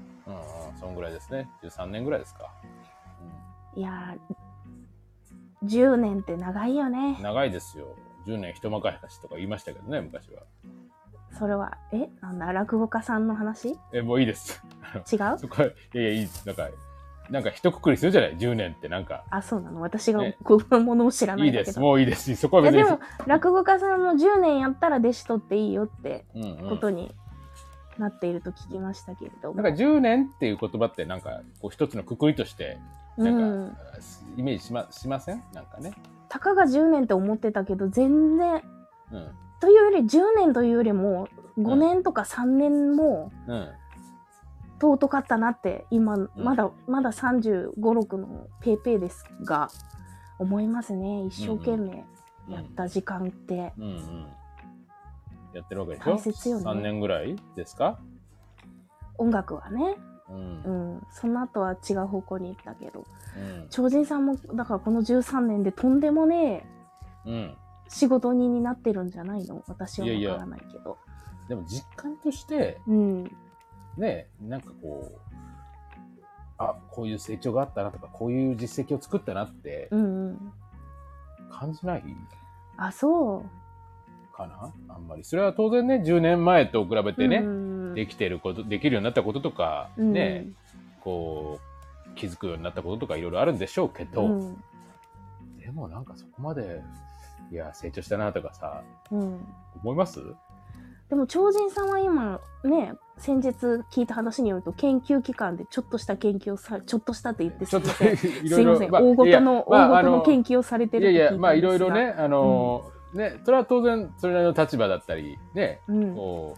[SPEAKER 1] そんぐらいですね13年ぐらいですか、
[SPEAKER 2] いやー、10年って長いよ
[SPEAKER 1] うん、
[SPEAKER 2] ね。
[SPEAKER 1] 長いですよ10年一任しとか言いましたけどね昔は
[SPEAKER 2] それは、え、なんだ、落語家さんの 話違う
[SPEAKER 1] えもういいですそこはいやいやいいですなんかなんか一括りするじゃない10年ってなんか
[SPEAKER 2] あ、そうなの私が
[SPEAKER 1] え
[SPEAKER 2] こ のものを知らない
[SPEAKER 1] い
[SPEAKER 2] い
[SPEAKER 1] い
[SPEAKER 2] だ
[SPEAKER 1] で
[SPEAKER 2] け
[SPEAKER 1] す
[SPEAKER 2] ど。
[SPEAKER 1] もういいですそこはい
[SPEAKER 2] や
[SPEAKER 1] 別に
[SPEAKER 2] でも落語家さんも10年やったら弟子取っていいよって
[SPEAKER 1] うんう
[SPEAKER 2] こ
[SPEAKER 1] ん
[SPEAKER 2] とになっていると聞きましたけれども、
[SPEAKER 1] なんか10年っていう言葉ってなんかこう一つのくくりとしてなんか、
[SPEAKER 2] うん、
[SPEAKER 1] イメージしましませんなんかね、
[SPEAKER 2] たかが10年って思ってたけど全然
[SPEAKER 1] うん
[SPEAKER 2] というより10年というよりも5年とか3年も
[SPEAKER 1] うん、
[SPEAKER 2] 尊かったなって今まだ、
[SPEAKER 1] う
[SPEAKER 2] まだ3 5 6のペーペーですが思いますね一生懸命
[SPEAKER 1] うん
[SPEAKER 2] やった時間って、
[SPEAKER 1] うんうんやってるわけでしょ
[SPEAKER 2] 大切よね
[SPEAKER 1] 3年ぐらいですか、
[SPEAKER 2] 音楽はね、
[SPEAKER 1] うん
[SPEAKER 2] うん、その後は違う方向に行ったけど
[SPEAKER 1] うん
[SPEAKER 2] 超人さんもだからこの13年でとんでもねえ
[SPEAKER 1] うん、
[SPEAKER 2] 仕事人になってるんじゃないの私はわからないけど
[SPEAKER 1] でも実感として
[SPEAKER 2] うん
[SPEAKER 1] ねなんかこうあこういう成長があったなとかこういう実績を作ったなって
[SPEAKER 2] うんうん
[SPEAKER 1] 感じない
[SPEAKER 2] あそう
[SPEAKER 1] かなあんまりそれは当然ね10年前と比べてね、
[SPEAKER 2] うん
[SPEAKER 1] できてることできるようになったこととか、
[SPEAKER 2] うん
[SPEAKER 1] ねこう気づくようになったこととかいろいろあるんでしょうけど、
[SPEAKER 2] うん
[SPEAKER 1] でもなんかそこまでいや成長したなとかさ
[SPEAKER 2] うん
[SPEAKER 1] 思います
[SPEAKER 2] でも超人さんは今ね先日聞いた話によると研究機関でちょっとした研究をさちょっとしたって言って
[SPEAKER 1] ちょっと
[SPEAKER 2] すいません
[SPEAKER 1] いろ
[SPEAKER 2] す
[SPEAKER 1] い
[SPEAKER 2] い
[SPEAKER 1] ろ
[SPEAKER 2] ません、
[SPEAKER 1] まあ
[SPEAKER 2] 大ご
[SPEAKER 1] いや
[SPEAKER 2] との、
[SPEAKER 1] まあ
[SPEAKER 2] 大ごとの研究をされて
[SPEAKER 1] い
[SPEAKER 2] るっ
[SPEAKER 1] や
[SPEAKER 2] て
[SPEAKER 1] いや
[SPEAKER 2] 聞いたんですが
[SPEAKER 1] まあいろいろねあの、ねそれは当然それなりの立場だったりね
[SPEAKER 2] うん
[SPEAKER 1] こ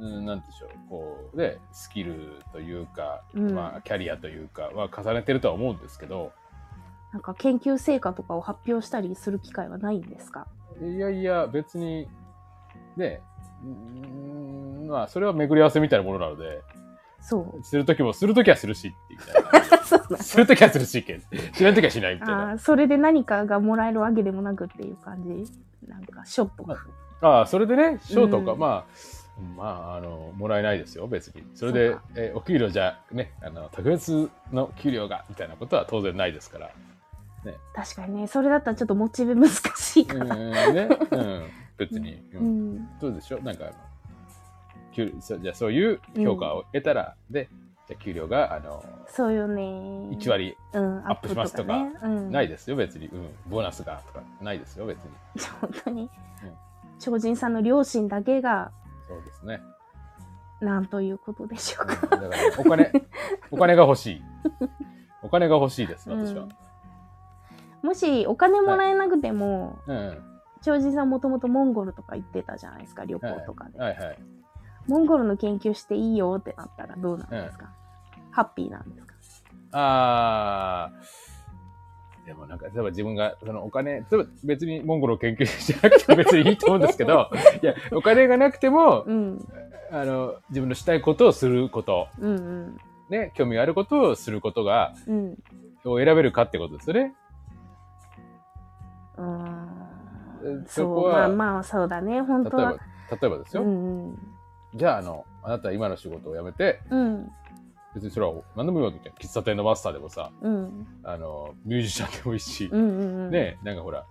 [SPEAKER 1] う、うん、なんでしょうこうねスキルというか、
[SPEAKER 2] うん
[SPEAKER 1] まあキャリアというかは重ねてるとは思うんですけど
[SPEAKER 2] なんか研究成果とかを発表したりする機会はないんですか
[SPEAKER 1] いやいや別にねうんまあそれは巡り合わせみたいなものなので
[SPEAKER 2] そう
[SPEAKER 1] する時もする時はするしっていうみたい
[SPEAKER 2] そうなの
[SPEAKER 1] な する時はするしいけんしない時はしないみたいな
[SPEAKER 2] あーそれで何かがもらえるわけでもなくっていう感じなんかショット
[SPEAKER 1] まああそれでね賞とか、
[SPEAKER 2] うん
[SPEAKER 1] まあまああのもらえないですよ別にそれで
[SPEAKER 2] そうか
[SPEAKER 1] えお給料じゃねあの特別の給料がみたいなことは当然ないです から
[SPEAKER 2] 確かにねそれだったらちょっとモチベ難しいうか
[SPEAKER 1] ん
[SPEAKER 2] ら、
[SPEAKER 1] ね、うん、別に、う、
[SPEAKER 2] うんん
[SPEAKER 1] どうでしょうなんかあの給そうじゃあそういう評価を得たら、でじゃあ給料があの
[SPEAKER 2] そうよね
[SPEAKER 1] 1、割
[SPEAKER 2] うん、
[SPEAKER 1] アップしますとか
[SPEAKER 2] ねうん、
[SPEAKER 1] ないですよ別に、うん、ボーナスがとかないですよ別に
[SPEAKER 2] 本当に、超人さんの両親だけが
[SPEAKER 1] そうですね
[SPEAKER 2] なんということでしょうか、
[SPEAKER 1] だからお金お金が欲しいお金が欲しいです私は、
[SPEAKER 2] もしお金もらえなくても、
[SPEAKER 1] うんうん
[SPEAKER 2] 超人さんもともとモンゴルとか行ってたじゃないですか旅行とかで、
[SPEAKER 1] はいはい。
[SPEAKER 2] モンゴルの研究していいよってなったらどうなんですか、ハッピーなんですか
[SPEAKER 1] あー。でもなんか、例えば自分が、そのお金、例えば別にモンゴルを研究しなくても 別にいいと思うんですけど、いや、お金がなくても、
[SPEAKER 2] うん
[SPEAKER 1] あの、自分のしたいことをすること、
[SPEAKER 2] うんうん
[SPEAKER 1] ね、興味があることをすることが、
[SPEAKER 2] うん
[SPEAKER 1] を選べるかってことですよね。
[SPEAKER 2] うーん
[SPEAKER 1] え
[SPEAKER 2] そ
[SPEAKER 1] そうこは
[SPEAKER 2] まあまあそうだね本
[SPEAKER 1] 例え
[SPEAKER 2] 当
[SPEAKER 1] ば
[SPEAKER 2] は、
[SPEAKER 1] 例えばです
[SPEAKER 2] う
[SPEAKER 1] よ。
[SPEAKER 2] んうん
[SPEAKER 1] じゃあ、あの、あなたは今の仕事を辞めて、
[SPEAKER 2] うん
[SPEAKER 1] 別にそれは何でもいいわけじゃん。喫茶店のマスターでもさ、
[SPEAKER 2] うん
[SPEAKER 1] あの、ミュージシャンでもいいし、
[SPEAKER 2] うんうんうん
[SPEAKER 1] ねなんかほら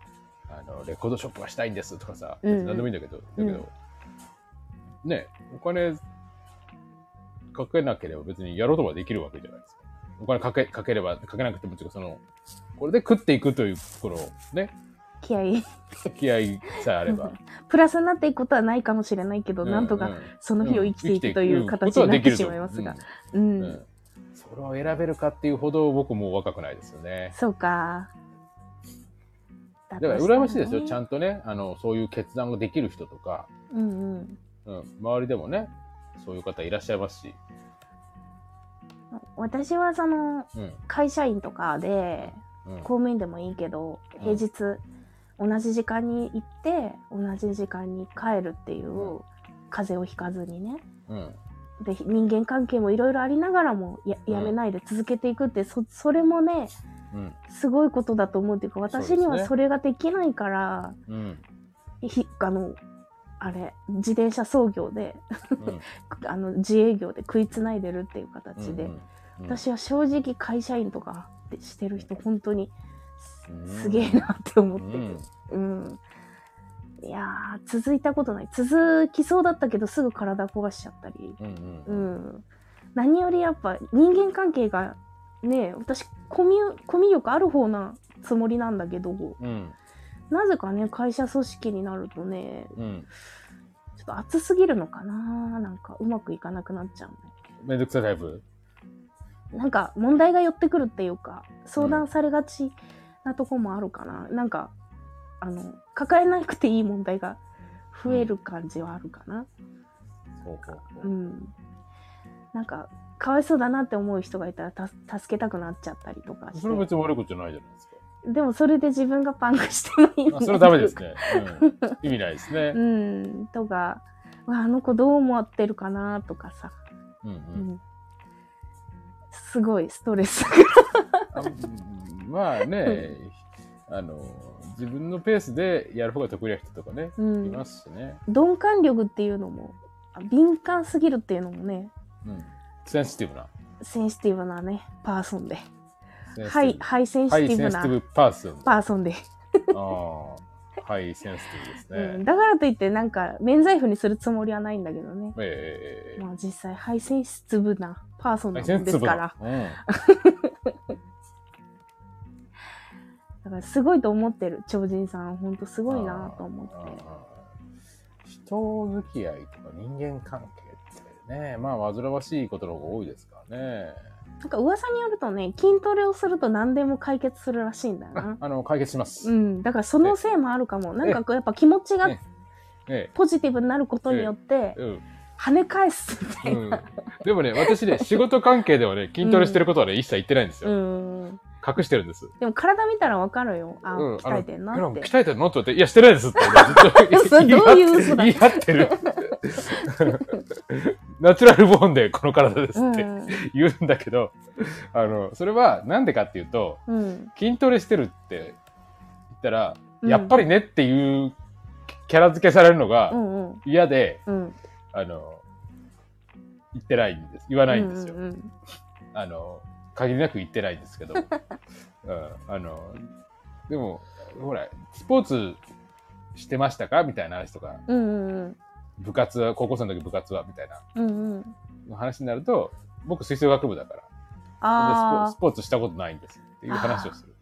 [SPEAKER 1] あのレコードショップがしたいんですとかさ、
[SPEAKER 2] うんうん
[SPEAKER 1] 何でもいいんだけどだけ
[SPEAKER 2] うん
[SPEAKER 1] ど、ねお金かけなければ別にやろうとはできるわけじゃないですかお金かけかければかけなくてもっていうかそのこれで食っていくというこのね
[SPEAKER 2] 気合
[SPEAKER 1] 気合さえあれば
[SPEAKER 2] プラスになっていくことはないかもしれないけど、
[SPEAKER 1] うん
[SPEAKER 2] なんと
[SPEAKER 1] う
[SPEAKER 2] か
[SPEAKER 1] ん
[SPEAKER 2] その日を生きていくという形
[SPEAKER 1] ことは
[SPEAKER 2] にな
[SPEAKER 1] で
[SPEAKER 2] っ
[SPEAKER 1] き
[SPEAKER 2] て
[SPEAKER 1] る
[SPEAKER 2] し
[SPEAKER 1] と
[SPEAKER 2] まいますが、う
[SPEAKER 1] うん
[SPEAKER 2] ん、
[SPEAKER 1] うんそれを選べるかっていうほど僕もう若くないですよね
[SPEAKER 2] そうかだ
[SPEAKER 1] だから羨ましいですよ、ちゃ
[SPEAKER 2] ん
[SPEAKER 1] んとねあのそういう決断ができる人とか、
[SPEAKER 2] うんうん
[SPEAKER 1] うん、周りでもねそういう方いらっしゃいますし、
[SPEAKER 2] 私はその
[SPEAKER 1] うん
[SPEAKER 2] 会社員とかで
[SPEAKER 1] うん、
[SPEAKER 2] 公務員でもいいけど
[SPEAKER 1] う
[SPEAKER 2] 平
[SPEAKER 1] ん
[SPEAKER 2] 日同じ時間に行って同じ時間に帰るっていう、
[SPEAKER 1] う
[SPEAKER 2] 風邪をひかずにね
[SPEAKER 1] うん
[SPEAKER 2] で人間関係もいろいろありながらもややめないで続けていくって、そそれもね
[SPEAKER 1] うん
[SPEAKER 2] すごいことだと思うっていうか
[SPEAKER 1] そうで
[SPEAKER 2] 私
[SPEAKER 1] すね
[SPEAKER 2] にはそれができないから、
[SPEAKER 1] うん
[SPEAKER 2] ひあのあれ自転車操業で
[SPEAKER 1] うん
[SPEAKER 2] あの自営業で食いつないでるっていう形で、
[SPEAKER 1] うんうんうん
[SPEAKER 2] 私は正直会社員とかってしてる人本当にす
[SPEAKER 1] うん
[SPEAKER 2] すげえなって思っ
[SPEAKER 1] う
[SPEAKER 2] て
[SPEAKER 1] ん
[SPEAKER 2] る、うんいやー続いたことない続きそうだったけどすぐ体壊しちゃったり、
[SPEAKER 1] うん
[SPEAKER 2] う
[SPEAKER 1] うん
[SPEAKER 2] ん、何よりやっぱ人間関係がね私コミュコミュ力ある方なつもりなんだけど
[SPEAKER 1] うん
[SPEAKER 2] なぜかね会社組織になるとね
[SPEAKER 1] うん
[SPEAKER 2] ちょっと熱すぎるのかななんかうまくいかなくなっちゃうね
[SPEAKER 1] めんどくさいタイプ
[SPEAKER 2] なんか問題が寄ってくるっていうか相談されがちなとこもあるかな、なんかあの抱えなくていい問題が増える感じはあるかな、
[SPEAKER 1] そうそうそううん
[SPEAKER 2] なんかかわいそうだなって思う人がいたらた助けたくなっちゃったりとかして
[SPEAKER 1] それは別に悪いことじゃないじゃないですか
[SPEAKER 2] でもそれで自分がパンクしてもいい
[SPEAKER 1] あそれはダメですね、うん、意味ないですね
[SPEAKER 2] う、んとかうわあの子どう思ってるかなとかさ、
[SPEAKER 1] うんう、
[SPEAKER 2] うんんすごいストレスが
[SPEAKER 1] あうんまあねあの自分のペースでやる方が得意な人とかね
[SPEAKER 2] う
[SPEAKER 1] い
[SPEAKER 2] ん
[SPEAKER 1] ますしね、
[SPEAKER 2] 鈍感力っていうのもあ敏感すぎるっていうのもね
[SPEAKER 1] うん、センシティブな
[SPEAKER 2] センシティブなねパーソンで
[SPEAKER 1] センシテ
[SPEAKER 2] ハ
[SPEAKER 1] ィ
[SPEAKER 2] イ
[SPEAKER 1] ブ
[SPEAKER 2] ハイセンシ
[SPEAKER 1] ハ
[SPEAKER 2] テ
[SPEAKER 1] イセ
[SPEAKER 2] ィブ
[SPEAKER 1] ンシテ
[SPEAKER 2] な
[SPEAKER 1] ィブパーソン
[SPEAKER 2] パーソンで、
[SPEAKER 1] ああ、はい、センシティブです
[SPEAKER 2] うん、
[SPEAKER 1] ね。
[SPEAKER 2] だからといってなんか免罪符にするつもりはないんだけどね、
[SPEAKER 1] ええ
[SPEAKER 2] まあ、実際ハイセンシティブなパーソンな
[SPEAKER 1] ハイセ
[SPEAKER 2] もん
[SPEAKER 1] ンシ
[SPEAKER 2] で
[SPEAKER 1] ティ
[SPEAKER 2] す
[SPEAKER 1] ブ
[SPEAKER 2] か
[SPEAKER 1] な
[SPEAKER 2] ら。
[SPEAKER 1] うん
[SPEAKER 2] だからすごいと思ってる超人さんほんとすごいなと思
[SPEAKER 1] あ
[SPEAKER 2] って
[SPEAKER 1] ー人付き合いとか人間関係ってね、まあ、煩わしいことの方が多いですからね。
[SPEAKER 2] なんか噂によるとね筋トレをすると何でも解決するらしいんだよ
[SPEAKER 1] あ
[SPEAKER 2] な
[SPEAKER 1] あの、解決します。
[SPEAKER 2] うんだからそのせいもあるかもなんかこうやっぱ気持ちが
[SPEAKER 1] ええ
[SPEAKER 2] ポジティブになることによっ
[SPEAKER 1] え
[SPEAKER 2] て
[SPEAKER 1] うん
[SPEAKER 2] 跳ね返すみた
[SPEAKER 1] う
[SPEAKER 2] い
[SPEAKER 1] ん
[SPEAKER 2] な、、
[SPEAKER 1] でもね、私ね、仕事関係ではね、筋トレしてることはね、一切言ってないんです
[SPEAKER 2] う
[SPEAKER 1] よ。
[SPEAKER 2] ん
[SPEAKER 1] 隠してるんです。
[SPEAKER 2] でも体見たらわかるよあ、
[SPEAKER 1] うん
[SPEAKER 2] 鍛えてんな
[SPEAKER 1] あの
[SPEAKER 2] っ
[SPEAKER 1] いや
[SPEAKER 2] て
[SPEAKER 1] 鍛えてるのって言って、いや、してないですって、ね、ずっと
[SPEAKER 2] それどういう嘘だ
[SPEAKER 1] 言い張ってる。 ナチュラルボーンでこの体です
[SPEAKER 2] う
[SPEAKER 1] って
[SPEAKER 2] ん
[SPEAKER 1] 言うんだけど、あの、それはなんでかっていうと、
[SPEAKER 2] うん
[SPEAKER 1] 筋トレしてるって言ったら、
[SPEAKER 2] うん
[SPEAKER 1] やっぱりねっていうキャラ付けされるの
[SPEAKER 2] う
[SPEAKER 1] が
[SPEAKER 2] んうん
[SPEAKER 1] 嫌で、
[SPEAKER 2] うん
[SPEAKER 1] あの、言ってないんです。言わないんですよ。
[SPEAKER 2] うんうん
[SPEAKER 1] あの、限りなく言ってないんです けど、うん、あの、でも、ほら、スポーツしてましたかみたいな話とか、
[SPEAKER 2] うん
[SPEAKER 1] 部活は、高校生の時部活はみたい
[SPEAKER 2] うんうんうん
[SPEAKER 1] な話になると、僕、吹奏楽部だからで
[SPEAKER 2] ああ
[SPEAKER 1] スポ、スポーツしたことないんですっていう話をする。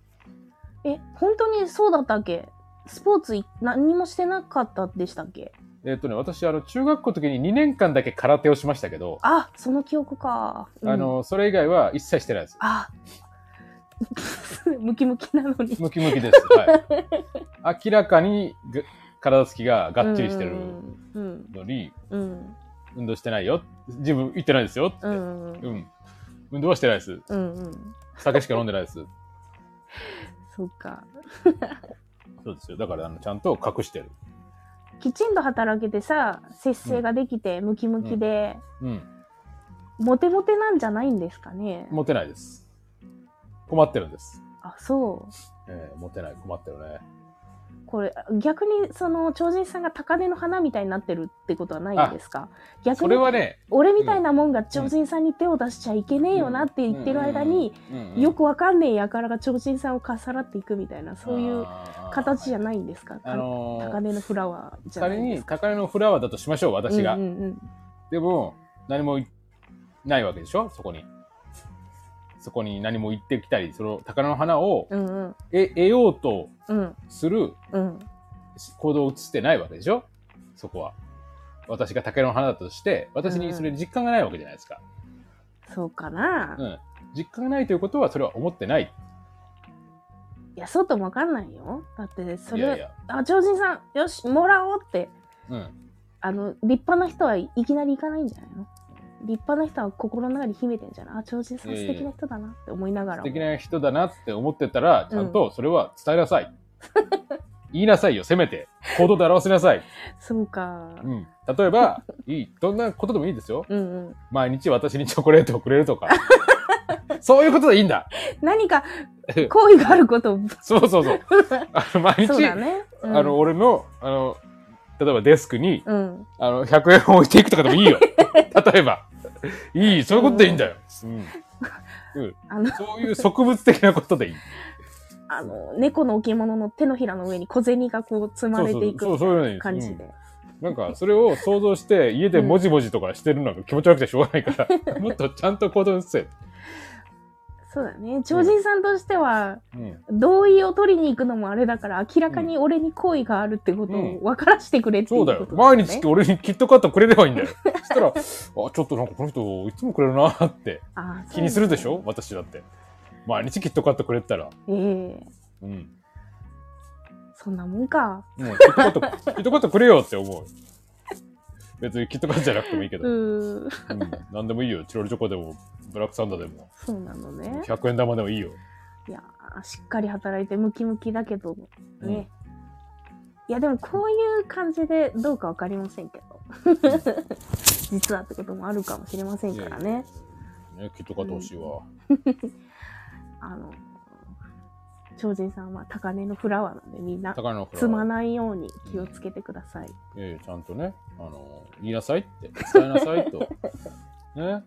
[SPEAKER 2] え本当にそうだったっけスポーツい何にもしてなかったでしたっけ
[SPEAKER 1] えっとね、私、あの、中学校の時に2年間だけ空手をしましたけど、
[SPEAKER 2] あその記憶か、うん
[SPEAKER 1] あの、それ以外は一切してないです。
[SPEAKER 2] あ ムキムキなのに
[SPEAKER 1] ムキムキです。 はい。明らかにが体つきががっちりしてる
[SPEAKER 2] うんうん
[SPEAKER 1] のに、
[SPEAKER 2] うん
[SPEAKER 1] 運動してないよ。自分行ってないですよって。
[SPEAKER 2] うんうんうん
[SPEAKER 1] うん。運動はしてないです。
[SPEAKER 2] うんうん
[SPEAKER 1] 酒しか飲んでないです。
[SPEAKER 2] そうか
[SPEAKER 1] そうですよ。だから、あの、ちゃんと隠してる。
[SPEAKER 2] きちんと働けてさ節制ができてムキムキで、
[SPEAKER 1] うん。
[SPEAKER 2] モテモテなんじゃないんですかね
[SPEAKER 1] モテないです。困ってるんです。
[SPEAKER 2] あそう
[SPEAKER 1] ええモテない、困ってるね。
[SPEAKER 2] これ逆にその超人さんが高嶺の花みたいになってるってことはないんですか逆
[SPEAKER 1] そ
[SPEAKER 2] に
[SPEAKER 1] れはね、
[SPEAKER 2] 俺みたいなもんが超人さんに手を出しちゃいけねえよなって言ってる間に、
[SPEAKER 1] うんうんうん
[SPEAKER 2] よくわかんねえ輩が超人さんをかっさらっていくみたいなそういう形じゃ
[SPEAKER 1] い。
[SPEAKER 2] ないんですか
[SPEAKER 1] あのー
[SPEAKER 2] 高嶺のフラワーじゃな
[SPEAKER 1] 仮
[SPEAKER 2] いで
[SPEAKER 1] に
[SPEAKER 2] すか
[SPEAKER 1] 高嶺のフラワーだとしましょう、私が。
[SPEAKER 2] うんうんうん
[SPEAKER 1] でも、何もいないわけでしょそこに。そこに何も言ってきたり、その高嶺の花を
[SPEAKER 2] うんうん
[SPEAKER 1] え得ようと
[SPEAKER 2] うん
[SPEAKER 1] する
[SPEAKER 2] うん
[SPEAKER 1] 行動を移してないわけでしょそこは。私が竹の花だとして、私にそれ実感がないわけじゃないですか。
[SPEAKER 2] そうかな、
[SPEAKER 1] う
[SPEAKER 2] い
[SPEAKER 1] ん。実感がないということは、それは思ってない。
[SPEAKER 2] やそうともわかんないよだってそ
[SPEAKER 1] い
[SPEAKER 2] れ
[SPEAKER 1] やいや。
[SPEAKER 2] あ超人さんよしもらおうって
[SPEAKER 1] うん。
[SPEAKER 2] あの立派な人はいきなり行かないんじゃないの立派な人は心の中に秘めてんじゃないあ超人さん素敵な人だなって思いながら
[SPEAKER 1] 素
[SPEAKER 2] も
[SPEAKER 1] 敵な人だなって思ってたら、ちゃんとそれは伝えなさい。言いなさいよ、せめて。行動で表せなさい。
[SPEAKER 2] そうか
[SPEAKER 1] うん。例えば、いい、どんなことでもいいですよ。
[SPEAKER 2] うんうん
[SPEAKER 1] 毎日私にチョコレートをくれるとか。そういうことでいいんだ。
[SPEAKER 2] 何か 好意があることを
[SPEAKER 1] そうそうそう。あの毎
[SPEAKER 2] そう
[SPEAKER 1] 日
[SPEAKER 2] だ、ね、うん
[SPEAKER 1] あの、俺の、あの、例えばデスクに、
[SPEAKER 2] うん。
[SPEAKER 1] あの、100円を置いていくとかでもいい よ。例えば。いい、そういうことでいいんだよ。うん。うん
[SPEAKER 2] あの
[SPEAKER 1] そういう植物的なことでいい。
[SPEAKER 2] あの、猫の置物の手のひらの上に小銭がこう積まれていく
[SPEAKER 1] そうそうそうそういうのいいです
[SPEAKER 2] 感じで。
[SPEAKER 1] なんか、それを想像して、家でもじもじとかしてるのが気持ち悪くてしょうがない から、もっとちゃんと行動に移せ。
[SPEAKER 2] そうだね。超人さんとしては、
[SPEAKER 1] うん。
[SPEAKER 2] 同意を取りに行くのもあれだから、明らかに俺に好意があるってこと
[SPEAKER 1] うん
[SPEAKER 2] を分からせてくれってい
[SPEAKER 1] そうう
[SPEAKER 2] こ
[SPEAKER 1] だ
[SPEAKER 2] と
[SPEAKER 1] よ。
[SPEAKER 2] だよ
[SPEAKER 1] 毎
[SPEAKER 2] ね
[SPEAKER 1] 日俺にキットカットくれればいいんだよ。そしたら、あ、ちょっとなんかこの人、いつもくれるなって
[SPEAKER 2] あー
[SPEAKER 1] 気にするでし
[SPEAKER 2] そう
[SPEAKER 1] ょ私だって。毎日キットカットくれてたら。
[SPEAKER 2] なんだええ
[SPEAKER 1] うん。
[SPEAKER 2] そんなもんか。
[SPEAKER 1] もうキットカット、キットカットくれよって思う。別にキットカットじゃなくてもいいけど、
[SPEAKER 2] う
[SPEAKER 1] うん、
[SPEAKER 2] ーん。
[SPEAKER 1] 何でもいいよ。チロルチョコでも、ブラックサンダーでも、
[SPEAKER 2] そうなのね。
[SPEAKER 1] 100円玉でもいいよ。
[SPEAKER 2] いやー、しっかり働いてムキムキだけど、ね。
[SPEAKER 1] うん
[SPEAKER 2] いや、でもこういう感じでどうかわかりませんけ ど。実はってこともあるかもしれませんからね。
[SPEAKER 1] いやいや。ね、キットカット欲しいわ。
[SPEAKER 2] あの、超人さんは高値のフラワーなんでみんな
[SPEAKER 1] 高野から。
[SPEAKER 2] 積まないように気をつけてください。
[SPEAKER 1] ええちゃんとね、あの、言いなさいって、伝えなさいと。 ね。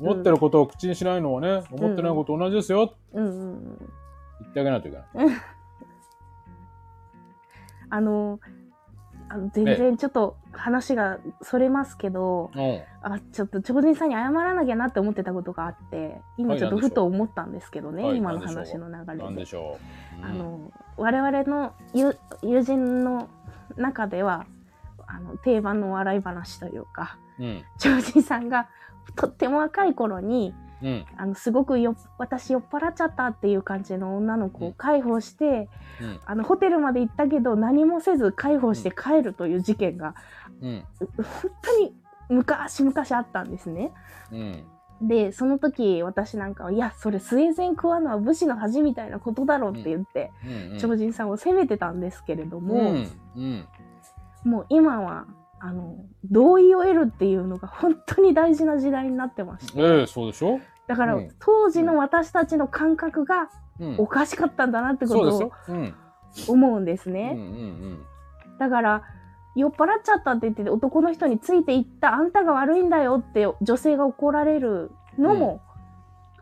[SPEAKER 1] 思ってることを口にしないのはね、思ってないことと同じですよ。
[SPEAKER 2] うんうんうん。
[SPEAKER 1] 言ってあげないといけない。
[SPEAKER 2] あの、あの全然ちょっと話がそれますけど、
[SPEAKER 1] うん。
[SPEAKER 2] あちょっと超人さんに謝らなきゃなって思ってたことがあって今ちょ
[SPEAKER 1] はいなんで
[SPEAKER 2] っと
[SPEAKER 1] しょう
[SPEAKER 2] ふと思ったんですけどね、
[SPEAKER 1] はい
[SPEAKER 2] 今の
[SPEAKER 1] なんでし
[SPEAKER 2] 話
[SPEAKER 1] ょ
[SPEAKER 2] の流れ
[SPEAKER 1] なん
[SPEAKER 2] で
[SPEAKER 1] でしょう。
[SPEAKER 2] あの我々の友友人の中ではあの定番の笑い話というか
[SPEAKER 1] うん。
[SPEAKER 2] 超人さんがとっても若い頃に
[SPEAKER 1] うん。うん。
[SPEAKER 2] あのすごくよ私酔っ払っちゃったっていう感じの女の子
[SPEAKER 1] う
[SPEAKER 2] を
[SPEAKER 1] ん
[SPEAKER 2] 介抱して、
[SPEAKER 1] うん
[SPEAKER 2] あのホテルまで行ったけど何もせず介抱して帰るという事件が
[SPEAKER 1] うん。
[SPEAKER 2] 本当に昔々あったんですね。
[SPEAKER 1] うん。
[SPEAKER 2] で、その時私なんかは、いや、それスウェーデン食わのは武士の恥みたいなことだろうって言って、
[SPEAKER 1] うん。
[SPEAKER 2] 超人さんを責めてたんですけれど
[SPEAKER 1] う
[SPEAKER 2] も、
[SPEAKER 1] ん。うん。
[SPEAKER 2] もう今は、あの、同意を得るっていうのが本当に大事な時代になってまし
[SPEAKER 1] ええ
[SPEAKER 2] た。
[SPEAKER 1] そうでしょ
[SPEAKER 2] だから、
[SPEAKER 1] うん
[SPEAKER 2] 当時の私たちの感覚が
[SPEAKER 1] うん
[SPEAKER 2] お。かしかったんだなってこ
[SPEAKER 1] そうで
[SPEAKER 2] と
[SPEAKER 1] す
[SPEAKER 2] を
[SPEAKER 1] よ。うん。
[SPEAKER 2] 思うんです
[SPEAKER 1] うんう
[SPEAKER 2] ね。
[SPEAKER 1] ん
[SPEAKER 2] だから、酔っ払っちゃったって言ってて男の人についていったあんたが悪いんだよって女性が怒られるのも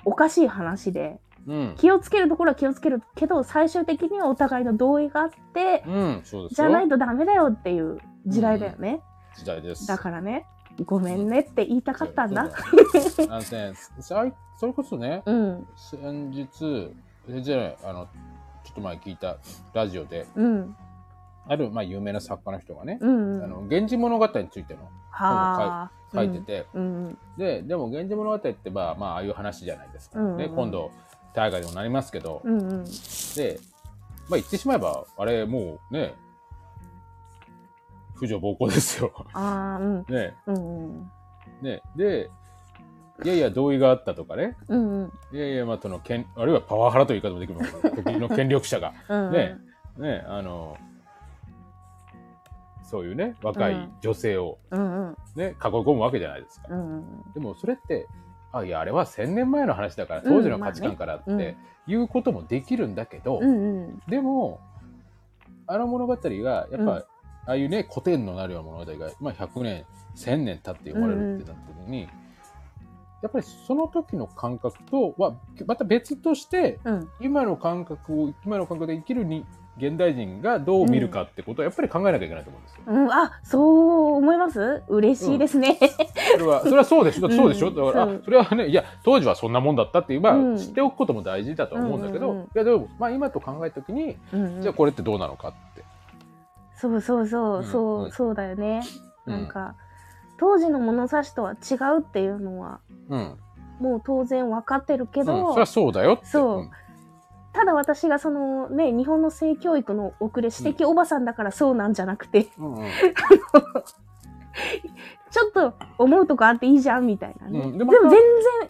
[SPEAKER 2] おかしい話で、
[SPEAKER 1] うん。うん。
[SPEAKER 2] 気をつけるところは気をつけるけど最終的にはお互いの同意があって
[SPEAKER 1] うん、そうです
[SPEAKER 2] じゃない
[SPEAKER 1] よ。
[SPEAKER 2] とダメだよっていう時代だよね、
[SPEAKER 1] 時代です。
[SPEAKER 2] だからねごめんねって言いたかったんだ
[SPEAKER 1] そうだあのね、さいそれこそね、
[SPEAKER 2] うん
[SPEAKER 1] 先日、先日じゃない、あの、ちょっと前聞いたラジオで、
[SPEAKER 2] うん
[SPEAKER 1] ある、まあ、有名な作家の人がね、
[SPEAKER 2] うん
[SPEAKER 1] あ
[SPEAKER 2] は
[SPEAKER 1] の、源氏物語についての
[SPEAKER 2] あ
[SPEAKER 1] 書いてて、
[SPEAKER 2] うんうん
[SPEAKER 1] で、でも、源氏物語って、まあ、まあ、ああいう話じゃないですか。
[SPEAKER 2] うんうん
[SPEAKER 1] で、今度、大河にもなりますけど、
[SPEAKER 2] うんうん
[SPEAKER 1] で、まあ、言ってしまえば、あれ、もうね、婦女暴行ですよ。
[SPEAKER 2] ああうん
[SPEAKER 1] ね、
[SPEAKER 2] うんうん
[SPEAKER 1] ね、で、いやいや、同意があったとかね、
[SPEAKER 2] うんうん
[SPEAKER 1] いやいや、まあ、その権、あるいはパワハラという言い方もできるのかな時の権力者が、
[SPEAKER 2] うん
[SPEAKER 1] ねね、あの、そういうね、若い女性を
[SPEAKER 2] うんうん
[SPEAKER 1] ね、囲い込むわけじゃないですか。
[SPEAKER 2] うん
[SPEAKER 1] でも、それって、あ、いや、あれは1000年前の話だから、
[SPEAKER 2] ん
[SPEAKER 1] 当時の価値観からっ
[SPEAKER 2] ま
[SPEAKER 1] て
[SPEAKER 2] あね、
[SPEAKER 1] いうこともできるんだけど、
[SPEAKER 2] うんうん
[SPEAKER 1] でも、あの物語が、やっぱ、
[SPEAKER 2] うん
[SPEAKER 1] ああいうね、古典のなるような物語が、まあ、100年、1000年経って読まれるってなった時に、やっぱりその時の感覚とは、また別として、
[SPEAKER 2] うん
[SPEAKER 1] 今の感覚を、今の感覚で生きるに、現代人がどう見るかってことは、やっぱり考えなきゃいけないと思うんですよ。
[SPEAKER 2] うん、あそう思います嬉しいですね。
[SPEAKER 1] それは、それはそうでしょ、
[SPEAKER 2] うん
[SPEAKER 1] そうでしょ。だから、
[SPEAKER 2] そ
[SPEAKER 1] あ
[SPEAKER 2] う
[SPEAKER 1] それはね、いや、当時はそんなもんだったっていう、ま
[SPEAKER 2] うん
[SPEAKER 1] あ、知っておくことも大事だとは思うんだけど、
[SPEAKER 2] うんうんうん
[SPEAKER 1] いや、でも、まあ、今と考えた時に、
[SPEAKER 2] うんうん
[SPEAKER 1] じゃあこれってどうなのかって。
[SPEAKER 2] そうそうそう、
[SPEAKER 1] うん
[SPEAKER 2] そううんそうだよね。
[SPEAKER 1] うん
[SPEAKER 2] なんか、当時の物差しとは違うっていうのは
[SPEAKER 1] うん。
[SPEAKER 2] もう当然分かってるけ
[SPEAKER 1] うん、
[SPEAKER 2] ど、
[SPEAKER 1] そりゃそうだよって
[SPEAKER 2] そうただ私がそのね日本の性教育の遅れ指摘おばさんだからそうなんじゃなくて、 ち
[SPEAKER 1] うんうん
[SPEAKER 2] ょっと思うとこあっていいじゃんみたいなね、
[SPEAKER 1] うん
[SPEAKER 2] で
[SPEAKER 1] で
[SPEAKER 2] も
[SPEAKER 1] も
[SPEAKER 2] 全然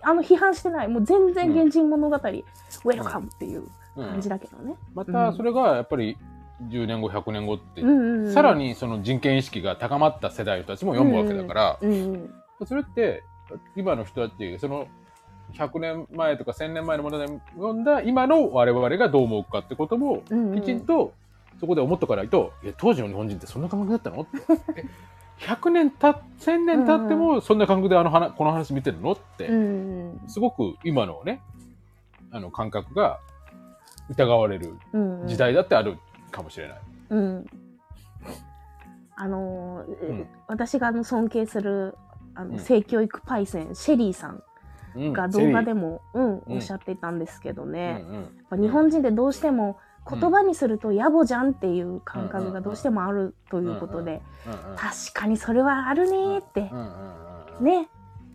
[SPEAKER 2] あの批判してないもう全然「原人物語、ウェルカム」っていう
[SPEAKER 1] うん
[SPEAKER 2] 感じだけどね。
[SPEAKER 1] またそれがやっぱり10年後100年後って、
[SPEAKER 2] うんうんうん
[SPEAKER 1] さらにその人権意識が高まった世代の人たちも読むわけだから、
[SPEAKER 2] うんうん
[SPEAKER 1] それって今の人たちその100年前とか1000年前のもので読んだ今の我々がどう思うかってことも
[SPEAKER 2] うんうん
[SPEAKER 1] きちんと、とこで思っとかないと、いや、当時の日本人ってそんな感覚だったの って。え100年たっ、1000年経っても、そんな感覚であの話、この話見てるのって、
[SPEAKER 2] うん
[SPEAKER 1] すごく今のね、あの感覚が疑われる
[SPEAKER 2] うん
[SPEAKER 1] 時代だってあるかもしれない。
[SPEAKER 2] うんあのー
[SPEAKER 1] うん
[SPEAKER 2] 私があの尊敬するあ
[SPEAKER 1] うん
[SPEAKER 2] の性教育パイセン、シェリーさん
[SPEAKER 1] うん
[SPEAKER 2] が動画でも、うん
[SPEAKER 1] うん
[SPEAKER 2] おっしゃっていたんですけど
[SPEAKER 1] うん
[SPEAKER 2] ね、
[SPEAKER 1] うん
[SPEAKER 2] やっぱ日本人ってどうしても
[SPEAKER 1] うん
[SPEAKER 2] 言葉にすると野暮じゃんっていう感
[SPEAKER 1] うんう
[SPEAKER 2] 覚
[SPEAKER 1] んう
[SPEAKER 2] が
[SPEAKER 1] ん
[SPEAKER 2] どうしてもあるということで、
[SPEAKER 1] うんうん
[SPEAKER 2] 確かにそれはあるねーって、
[SPEAKER 1] うんうんうんうん
[SPEAKER 2] ね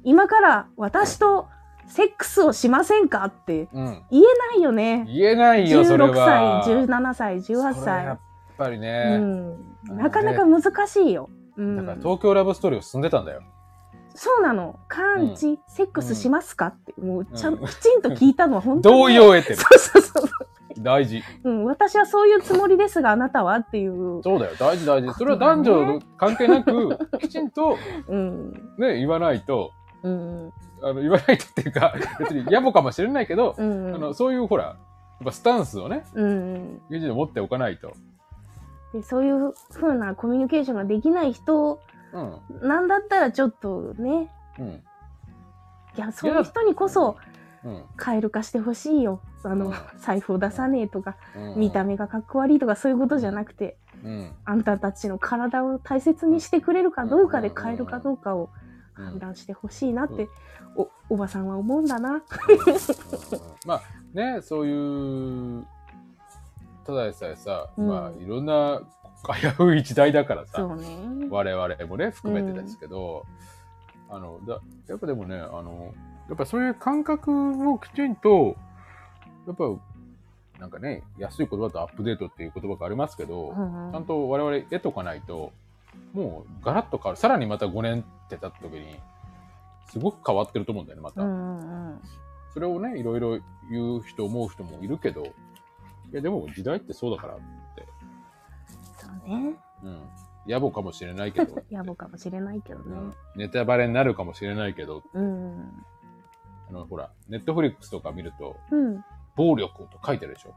[SPEAKER 2] 今から私とセックスをしませんかって
[SPEAKER 1] うん
[SPEAKER 2] 言えないよね
[SPEAKER 1] 言えないよ、それ
[SPEAKER 2] 16
[SPEAKER 1] は。
[SPEAKER 2] 歳17歳18
[SPEAKER 1] それはや
[SPEAKER 2] 歳
[SPEAKER 1] っ、ぱり
[SPEAKER 2] う
[SPEAKER 1] ね、
[SPEAKER 2] ん、なかなか難しいよ、うん、
[SPEAKER 1] だから東京ラブストーリーを進んでたんだよ。
[SPEAKER 2] そうなの完治、セックスしますかってもうちゃん、
[SPEAKER 1] うん
[SPEAKER 2] きちんと聞いたのは本当に
[SPEAKER 1] 同意を得てる。
[SPEAKER 2] そうそうそう
[SPEAKER 1] 大事。
[SPEAKER 2] うん、私はそういうつもりですがあなたはっていう、
[SPEAKER 1] そうだよ、大事大事。それは男女関係なく、きちんと
[SPEAKER 2] うん
[SPEAKER 1] ね、言わないと、
[SPEAKER 2] うん
[SPEAKER 1] あの、言わないとっていうか、別に野暮かもしれないけど、
[SPEAKER 2] う
[SPEAKER 1] あ
[SPEAKER 2] ん
[SPEAKER 1] の、そういうほら、やっぱスタンスをね、
[SPEAKER 2] うん、
[SPEAKER 1] きちんと持っておかないと。
[SPEAKER 2] でそういうふうなコミュニケーションができない人
[SPEAKER 1] うん。
[SPEAKER 2] なんだったらちょっとね
[SPEAKER 1] うん。
[SPEAKER 2] いやそういう人にこそ
[SPEAKER 1] うん。
[SPEAKER 2] ル化してほしいよあ
[SPEAKER 1] う
[SPEAKER 2] の
[SPEAKER 1] ん
[SPEAKER 2] 財布を出さねえとか
[SPEAKER 1] うん
[SPEAKER 2] 見た目がかっこ悪いとかそういうことじゃなくて
[SPEAKER 1] うん。
[SPEAKER 2] あんたたちの体を大切にしてくれるかどうかで変えるかどうかを
[SPEAKER 1] うん
[SPEAKER 2] 判断してほしいなっておおばさんは思うんだな。
[SPEAKER 1] まあね、そういう、ただでさえさ、
[SPEAKER 2] うん
[SPEAKER 1] まあいろんな危うい時代だから
[SPEAKER 2] そ
[SPEAKER 1] さ、
[SPEAKER 2] うね。
[SPEAKER 1] 我々もね、含めてですけど、あの、だやっぱでもね、あの、やっぱそういう感覚をきちんと、やっぱ、なんかね、安い言葉とアップデートっていう言葉がありますけど、
[SPEAKER 2] うん
[SPEAKER 1] ちゃんと我々得とかないと、もうガラッと変わる。さらにまた5年って経った時に、すごく変わってると思うんだよね、また。
[SPEAKER 2] うんうん
[SPEAKER 1] それをね、いろいろ言う人、思う人もいるけど、いや、でも時代ってそうだから、
[SPEAKER 2] そうね。
[SPEAKER 1] うん。野暮かもしれないけど、
[SPEAKER 2] 野暮かもしれないけど
[SPEAKER 1] う
[SPEAKER 2] ね
[SPEAKER 1] ん。ネタバレになるかもしれないけど、
[SPEAKER 2] うん。
[SPEAKER 1] あの、ほら、ネットフリックスとか見ると、
[SPEAKER 2] うん。
[SPEAKER 1] 暴力と書いてるでしょ。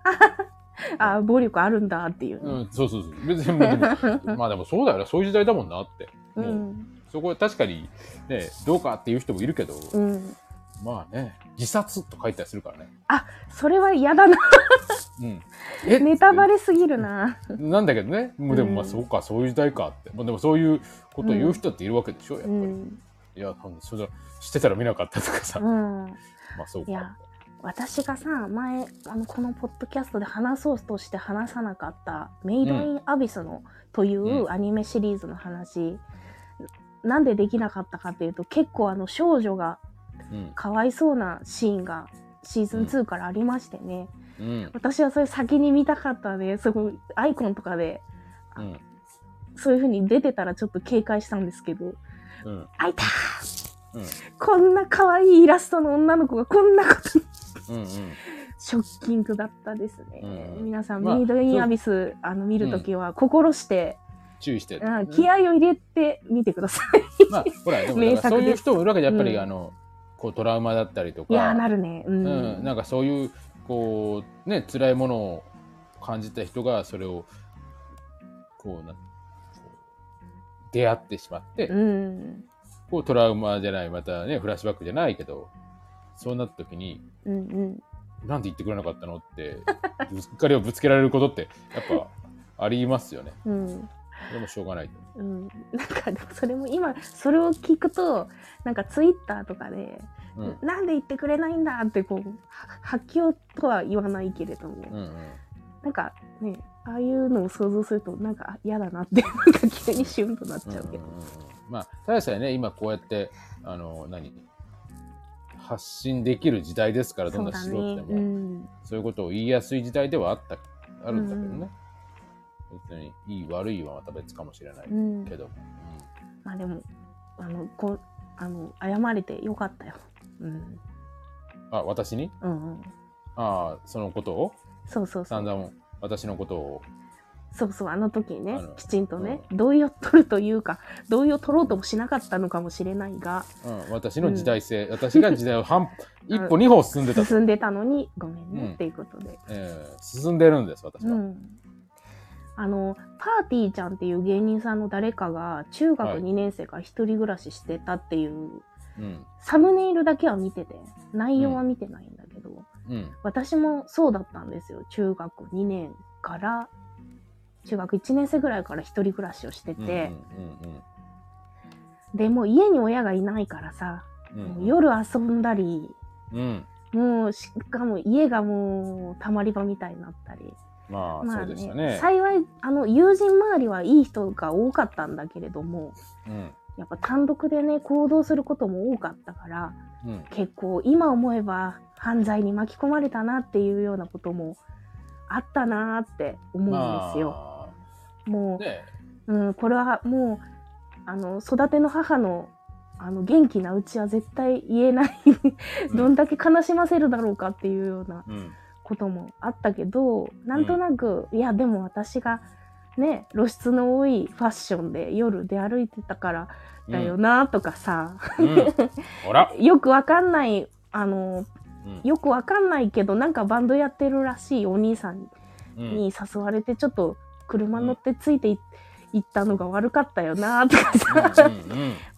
[SPEAKER 2] あ暴力あるんだっていう
[SPEAKER 1] う
[SPEAKER 2] ね。
[SPEAKER 1] ん、そうそうそう。別に、 でもまあでもそうだよな、そういう時代だもんなって。
[SPEAKER 2] う
[SPEAKER 1] もう、
[SPEAKER 2] ん。
[SPEAKER 1] そこは確かに、ね、どうかっていう人もいるけど、
[SPEAKER 2] うん。
[SPEAKER 1] まあね、自殺と書いたりするからね。
[SPEAKER 2] それは嫌だ な。
[SPEAKER 1] うん。え
[SPEAKER 2] ネタバレすぎるな。
[SPEAKER 1] なんだけどね、もうでもまあ
[SPEAKER 2] うん
[SPEAKER 1] そうか、そういう時代かって。まあでもそういうことを言う人っているわけでしょ、やっ
[SPEAKER 2] う
[SPEAKER 1] ぱり。
[SPEAKER 2] ん。
[SPEAKER 1] いや、多分それは知ってたら見なかったとかさ。
[SPEAKER 2] うん。
[SPEAKER 1] まあそう
[SPEAKER 2] い
[SPEAKER 1] か
[SPEAKER 2] や。私がさ前あのこのポッドキャストで話そうとして話さなかった「メイド・イン・アビスの」とい
[SPEAKER 1] うん
[SPEAKER 2] うアニメシリーズの話、なんでできなかったかっていうと結構あの少女が
[SPEAKER 1] うん。
[SPEAKER 2] かわいそうなシーンがシーズン2からありましてね、
[SPEAKER 1] うん。
[SPEAKER 2] 私はそれ先に見たかったねすごいアイコンとかで
[SPEAKER 1] うん。
[SPEAKER 2] そういう風に出てたらちょっと警戒したんですけど
[SPEAKER 1] うん。
[SPEAKER 2] 「あいた
[SPEAKER 1] うん。
[SPEAKER 2] こんな可愛いイラストの女の子がこんなこと
[SPEAKER 1] うん。
[SPEAKER 2] ショッキングだったですね。
[SPEAKER 1] うん
[SPEAKER 2] 皆さん、
[SPEAKER 1] まあ
[SPEAKER 2] メイドインアビス、あの見るときは心して、
[SPEAKER 1] 注意して。
[SPEAKER 2] うん気合を入れて見てください。
[SPEAKER 1] まあ、ほら、でも
[SPEAKER 2] 名
[SPEAKER 1] だから
[SPEAKER 2] 作
[SPEAKER 1] そういう
[SPEAKER 2] です
[SPEAKER 1] 人もいるわけで、やっぱり、
[SPEAKER 2] うん
[SPEAKER 1] あの、こう、トラウマだったりとか、
[SPEAKER 2] いやーなるね。うん。
[SPEAKER 1] うん、なんかそういう、こう、ね、辛いものを感じた人が、それを、こう、なんこう出会ってしまって、
[SPEAKER 2] うん。
[SPEAKER 1] こう、トラウマじゃない、またね、フラッシュバックじゃないけど、そうなった時に、
[SPEAKER 2] うんうん。
[SPEAKER 1] なんで言ってくれなかったのって、ぶつかりをぶつけられることって、やっぱありますよね。
[SPEAKER 2] うん。
[SPEAKER 1] でもしょうがないと。
[SPEAKER 2] うん。 なんか、でもそれも今、それを聞くと、なんかツイッターとかで、
[SPEAKER 1] うん。
[SPEAKER 2] なんで言ってくれないんだって、こう、は発狂とは言わないけれども、
[SPEAKER 1] うんうん。
[SPEAKER 2] なんかね、ああいうのを想像すると、なんかあ嫌だなって、なんか急にシュンとなっ
[SPEAKER 1] うん
[SPEAKER 2] ち
[SPEAKER 1] うん
[SPEAKER 2] ゃ
[SPEAKER 1] うん
[SPEAKER 2] う
[SPEAKER 1] う
[SPEAKER 2] け
[SPEAKER 1] ん
[SPEAKER 2] ど。
[SPEAKER 1] まあ、ただしね、今こうやって、あの、何発信できる時代ですから、ど
[SPEAKER 2] そ
[SPEAKER 1] ん
[SPEAKER 2] う
[SPEAKER 1] な
[SPEAKER 2] だ
[SPEAKER 1] 素
[SPEAKER 2] ね。
[SPEAKER 1] 人でも、そうう,、
[SPEAKER 2] ん。
[SPEAKER 1] いうことを言いやすい時代ではあった、あるんだけどね。別に、いい悪いはまた別かもしれない
[SPEAKER 2] うん
[SPEAKER 1] けども。
[SPEAKER 2] まあでもあのこうあの謝れてよかったよ。うん
[SPEAKER 1] うんあ、私に
[SPEAKER 2] うんうん。
[SPEAKER 1] ああ、そのことを
[SPEAKER 2] そうそうそ
[SPEAKER 1] 散
[SPEAKER 2] う。
[SPEAKER 1] 々、私のことを。
[SPEAKER 2] そうそうあの時ね
[SPEAKER 1] あの
[SPEAKER 2] きちんとね、
[SPEAKER 1] う
[SPEAKER 2] 同意を取るというか同意を取ろうともしなかったのかもしれないが
[SPEAKER 1] うん、私の時代性、私が時代を 半
[SPEAKER 2] うん
[SPEAKER 1] 一歩二歩進んでたと、
[SPEAKER 2] 進んでたのにごめんね、
[SPEAKER 1] うん
[SPEAKER 2] っていうことで。
[SPEAKER 1] えー進んでるんです私
[SPEAKER 2] う
[SPEAKER 1] は、
[SPEAKER 2] ん。あのパーティーちゃんっていう芸人さんの誰かが中学
[SPEAKER 1] はい
[SPEAKER 2] 2年生から一人暮らししてたっていう、
[SPEAKER 1] うん。
[SPEAKER 2] サムネイルだけは見てて内容は見てないんだけど、
[SPEAKER 1] うん。
[SPEAKER 2] 私もそうだったんですよ中学2年から中学1年生ぐらいから一人暮らしをして
[SPEAKER 1] うん。
[SPEAKER 2] て、
[SPEAKER 1] うん。
[SPEAKER 2] でもう家に親がいないからさ、
[SPEAKER 1] うん。
[SPEAKER 2] も
[SPEAKER 1] う。
[SPEAKER 2] うん夜遊んだり
[SPEAKER 1] うん。
[SPEAKER 2] もうしかも家がもうたまり場みたいになったり
[SPEAKER 1] まあ、そうでしたね。
[SPEAKER 2] 幸いあの友人周りはいい人が多かったんだけれども
[SPEAKER 1] うん。
[SPEAKER 2] やっぱ単独でね行動することも多かったから
[SPEAKER 1] うん。
[SPEAKER 2] 結構今思えば犯罪に巻き込まれたなっていうようなこともあったなって思うんですよ。
[SPEAKER 1] ま
[SPEAKER 2] も
[SPEAKER 1] あ、ね
[SPEAKER 2] う、うん、これはもうあの育ての母のあの元気なうちは絶対言えない
[SPEAKER 1] うん
[SPEAKER 2] どんだけ悲しませるだろうかっていうような
[SPEAKER 1] うん。
[SPEAKER 2] こともあったけどなんとなく、いやでも私がね露出の多いファッションで夜出歩いてたからだよなと かさ、
[SPEAKER 1] うん。ほら。
[SPEAKER 2] よくわかんないあの
[SPEAKER 1] うん
[SPEAKER 2] よくわかんないけどなんかバンドやってるらしいお兄さん
[SPEAKER 1] うん。
[SPEAKER 2] に誘われてちょっと車乗ってついてい行ったのが悪かったよなとか
[SPEAKER 1] う
[SPEAKER 2] さ、
[SPEAKER 1] ん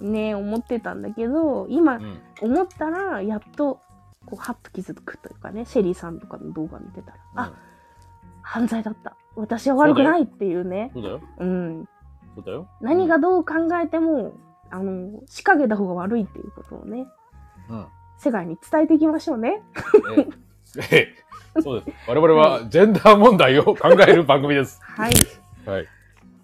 [SPEAKER 1] うん。
[SPEAKER 2] ね思ってたんだけど今
[SPEAKER 1] うん。
[SPEAKER 2] 思ったらやっとこうハッと気づくというかねシェリーさんとかの動画見てたら、あ犯罪だった私は悪くないっていうね
[SPEAKER 1] そうだよ。
[SPEAKER 2] うん
[SPEAKER 1] そうだよ。
[SPEAKER 2] 何がどう考えてもあの仕掛けた方が悪いっていうことをね
[SPEAKER 1] うん。
[SPEAKER 2] 世界に伝えていきましょうね
[SPEAKER 1] えええそうです。我々はジェンダー問題を考える番組 です。
[SPEAKER 2] はい
[SPEAKER 1] はい。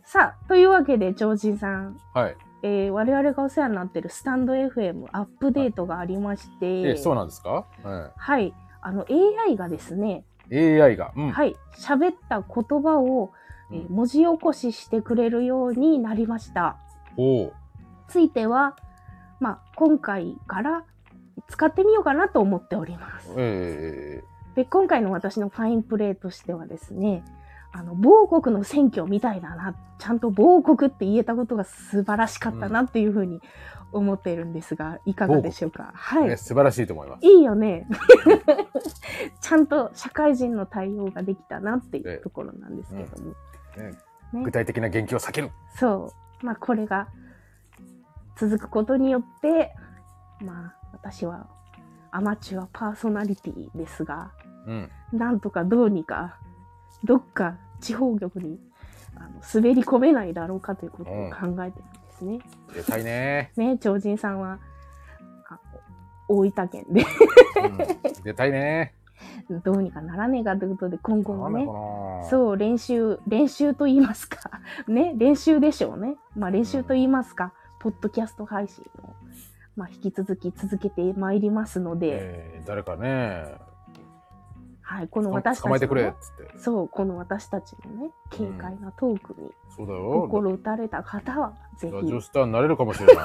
[SPEAKER 2] さあというわけで超人さん、
[SPEAKER 1] はい。
[SPEAKER 2] えー我々がお世話になってるスタンド FM アップデートがありまして、
[SPEAKER 1] ええそうなんですかは
[SPEAKER 2] はいあの AI がですね、
[SPEAKER 1] い。AI が。うん。
[SPEAKER 2] はい喋った言葉を、えー
[SPEAKER 1] うん
[SPEAKER 2] 文字起こししてくれるようになりました
[SPEAKER 1] おう。
[SPEAKER 2] ついては、まあ、今回から使ってみようかなと思っております。
[SPEAKER 1] ええ
[SPEAKER 2] で今回の私のファインプレーとしてはですねあの某国の選挙みたいだなちゃんと某国って言えたことが素晴らしかったなっていうふうに思っているんですがいかがでしょうか
[SPEAKER 1] ええ
[SPEAKER 2] は
[SPEAKER 1] ね
[SPEAKER 2] い
[SPEAKER 1] 素晴らしいと思います。
[SPEAKER 2] いいよね ちゃんと社会人の対応ができたなっていうところなんですけども、ね
[SPEAKER 1] 具体的な言及を避ける。
[SPEAKER 2] そうまあこれが続くことによってまあ私はアマチュアパーソナリティですが
[SPEAKER 1] うん。
[SPEAKER 2] なんとかどうにか、どっか地方局にあの滑り込めないだろうかということを考えてるんですね。
[SPEAKER 1] 出たいね。
[SPEAKER 2] ね、超人さんは、あ大分県で
[SPEAKER 1] う ん出たいね。
[SPEAKER 2] どうにかならねえかということで、今後
[SPEAKER 1] な
[SPEAKER 2] も
[SPEAKER 1] んだ
[SPEAKER 2] ね、
[SPEAKER 1] こな。う。
[SPEAKER 2] そう、練習、練習と言いますか、 ね、練習でしょうね。まあ練習と言いますか、ポッドキャスト配信を、まあ引き続き続けてまいりますので、
[SPEAKER 1] ええ誰かね。
[SPEAKER 2] はい、この
[SPEAKER 1] 捕
[SPEAKER 2] 私たち
[SPEAKER 1] 捕ま
[SPEAKER 2] のね、
[SPEAKER 1] えてくれっつって。
[SPEAKER 2] そう、この私たちのね、軽快なトークに、
[SPEAKER 1] そうだよ。
[SPEAKER 2] 心打たれた方はぜ
[SPEAKER 1] ラジオ
[SPEAKER 2] ひ
[SPEAKER 1] スターになれるかもしれない。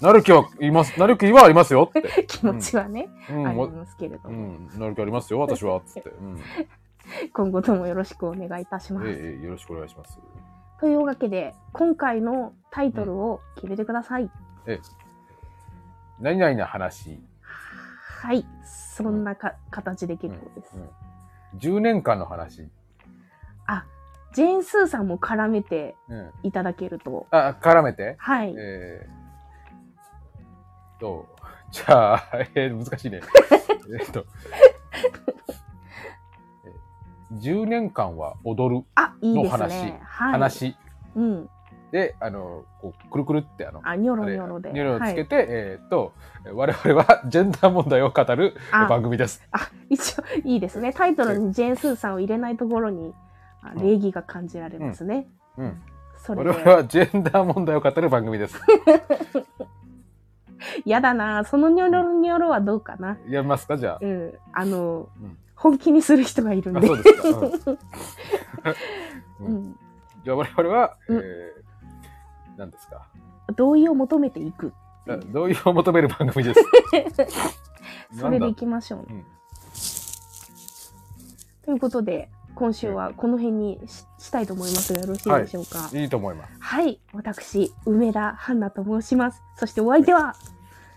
[SPEAKER 1] なる気はいます。なる気はいますよって。
[SPEAKER 2] 気持ちはね、
[SPEAKER 1] うん
[SPEAKER 2] あり
[SPEAKER 1] わ
[SPEAKER 2] ますけれど
[SPEAKER 1] う
[SPEAKER 2] も、
[SPEAKER 1] ん、なる気ありますよ、私は、つって。 うん。
[SPEAKER 2] 今後ともよろしくお願いいたします。
[SPEAKER 1] ええ、よろしくお願いします。
[SPEAKER 2] というわけで今回のタイトルを決めてください。
[SPEAKER 1] 何々な話。
[SPEAKER 2] はいそんなか形で結構です。
[SPEAKER 1] うん。10年間の話。
[SPEAKER 2] あジェーン・スーさんも絡めて
[SPEAKER 1] うん。
[SPEAKER 2] いただけると
[SPEAKER 1] あ、絡めて。
[SPEAKER 2] はい、
[SPEAKER 1] えー、と、 じゃあ、えー、難しいね。 えーっと、えー10年間は踊る
[SPEAKER 2] あいいで
[SPEAKER 1] の
[SPEAKER 2] す
[SPEAKER 1] 話
[SPEAKER 2] ね。はい、
[SPEAKER 1] 話、
[SPEAKER 2] うん、
[SPEAKER 1] で、あの、こう、くるくるって、あの、
[SPEAKER 2] あニョロ
[SPEAKER 1] あれ
[SPEAKER 2] ニョロで
[SPEAKER 1] ニョロをつけ
[SPEAKER 2] はい、
[SPEAKER 1] て、えーっと、我々は ジェンダー問題を語る
[SPEAKER 2] あ
[SPEAKER 1] 番組です。
[SPEAKER 2] あ一応いいですねタイトルにジェーン・スーさんを入れないところにあ
[SPEAKER 1] うん
[SPEAKER 2] 礼儀が感じられますね。
[SPEAKER 1] うん。
[SPEAKER 2] それ
[SPEAKER 1] 我
[SPEAKER 2] で
[SPEAKER 1] 々はジェンダー問題を語る番組です。
[SPEAKER 2] やだなそのニョロニョロはどうかな。
[SPEAKER 1] やりますかじゃあ
[SPEAKER 2] う。ん、あの、
[SPEAKER 1] うん
[SPEAKER 2] 本気にする人がいるん
[SPEAKER 1] あ
[SPEAKER 2] で
[SPEAKER 1] そ。うですか。うんう
[SPEAKER 2] うんん、
[SPEAKER 1] じゃあ我々は、え
[SPEAKER 2] うん
[SPEAKER 1] ー、何ですか
[SPEAKER 2] 同意を求めていく。
[SPEAKER 1] あ同意を求める番組です。
[SPEAKER 2] それで
[SPEAKER 1] なん
[SPEAKER 2] い
[SPEAKER 1] だ
[SPEAKER 2] きましょう。
[SPEAKER 1] うん
[SPEAKER 2] ということで、今週はこの辺にししたいと思いますが、よろしいでしょうか。
[SPEAKER 1] いいと思います。
[SPEAKER 2] はい、私、梅田ハンナと申します。そしてお相手は、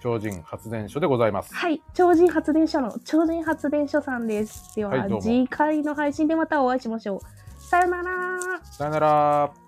[SPEAKER 1] 超人発電所でございます。
[SPEAKER 2] はい、超人発電所の超人発電所さんです。では、
[SPEAKER 1] はいどうも
[SPEAKER 2] 次回の配信でまたお会いしましょう。さよなら
[SPEAKER 1] さよなら。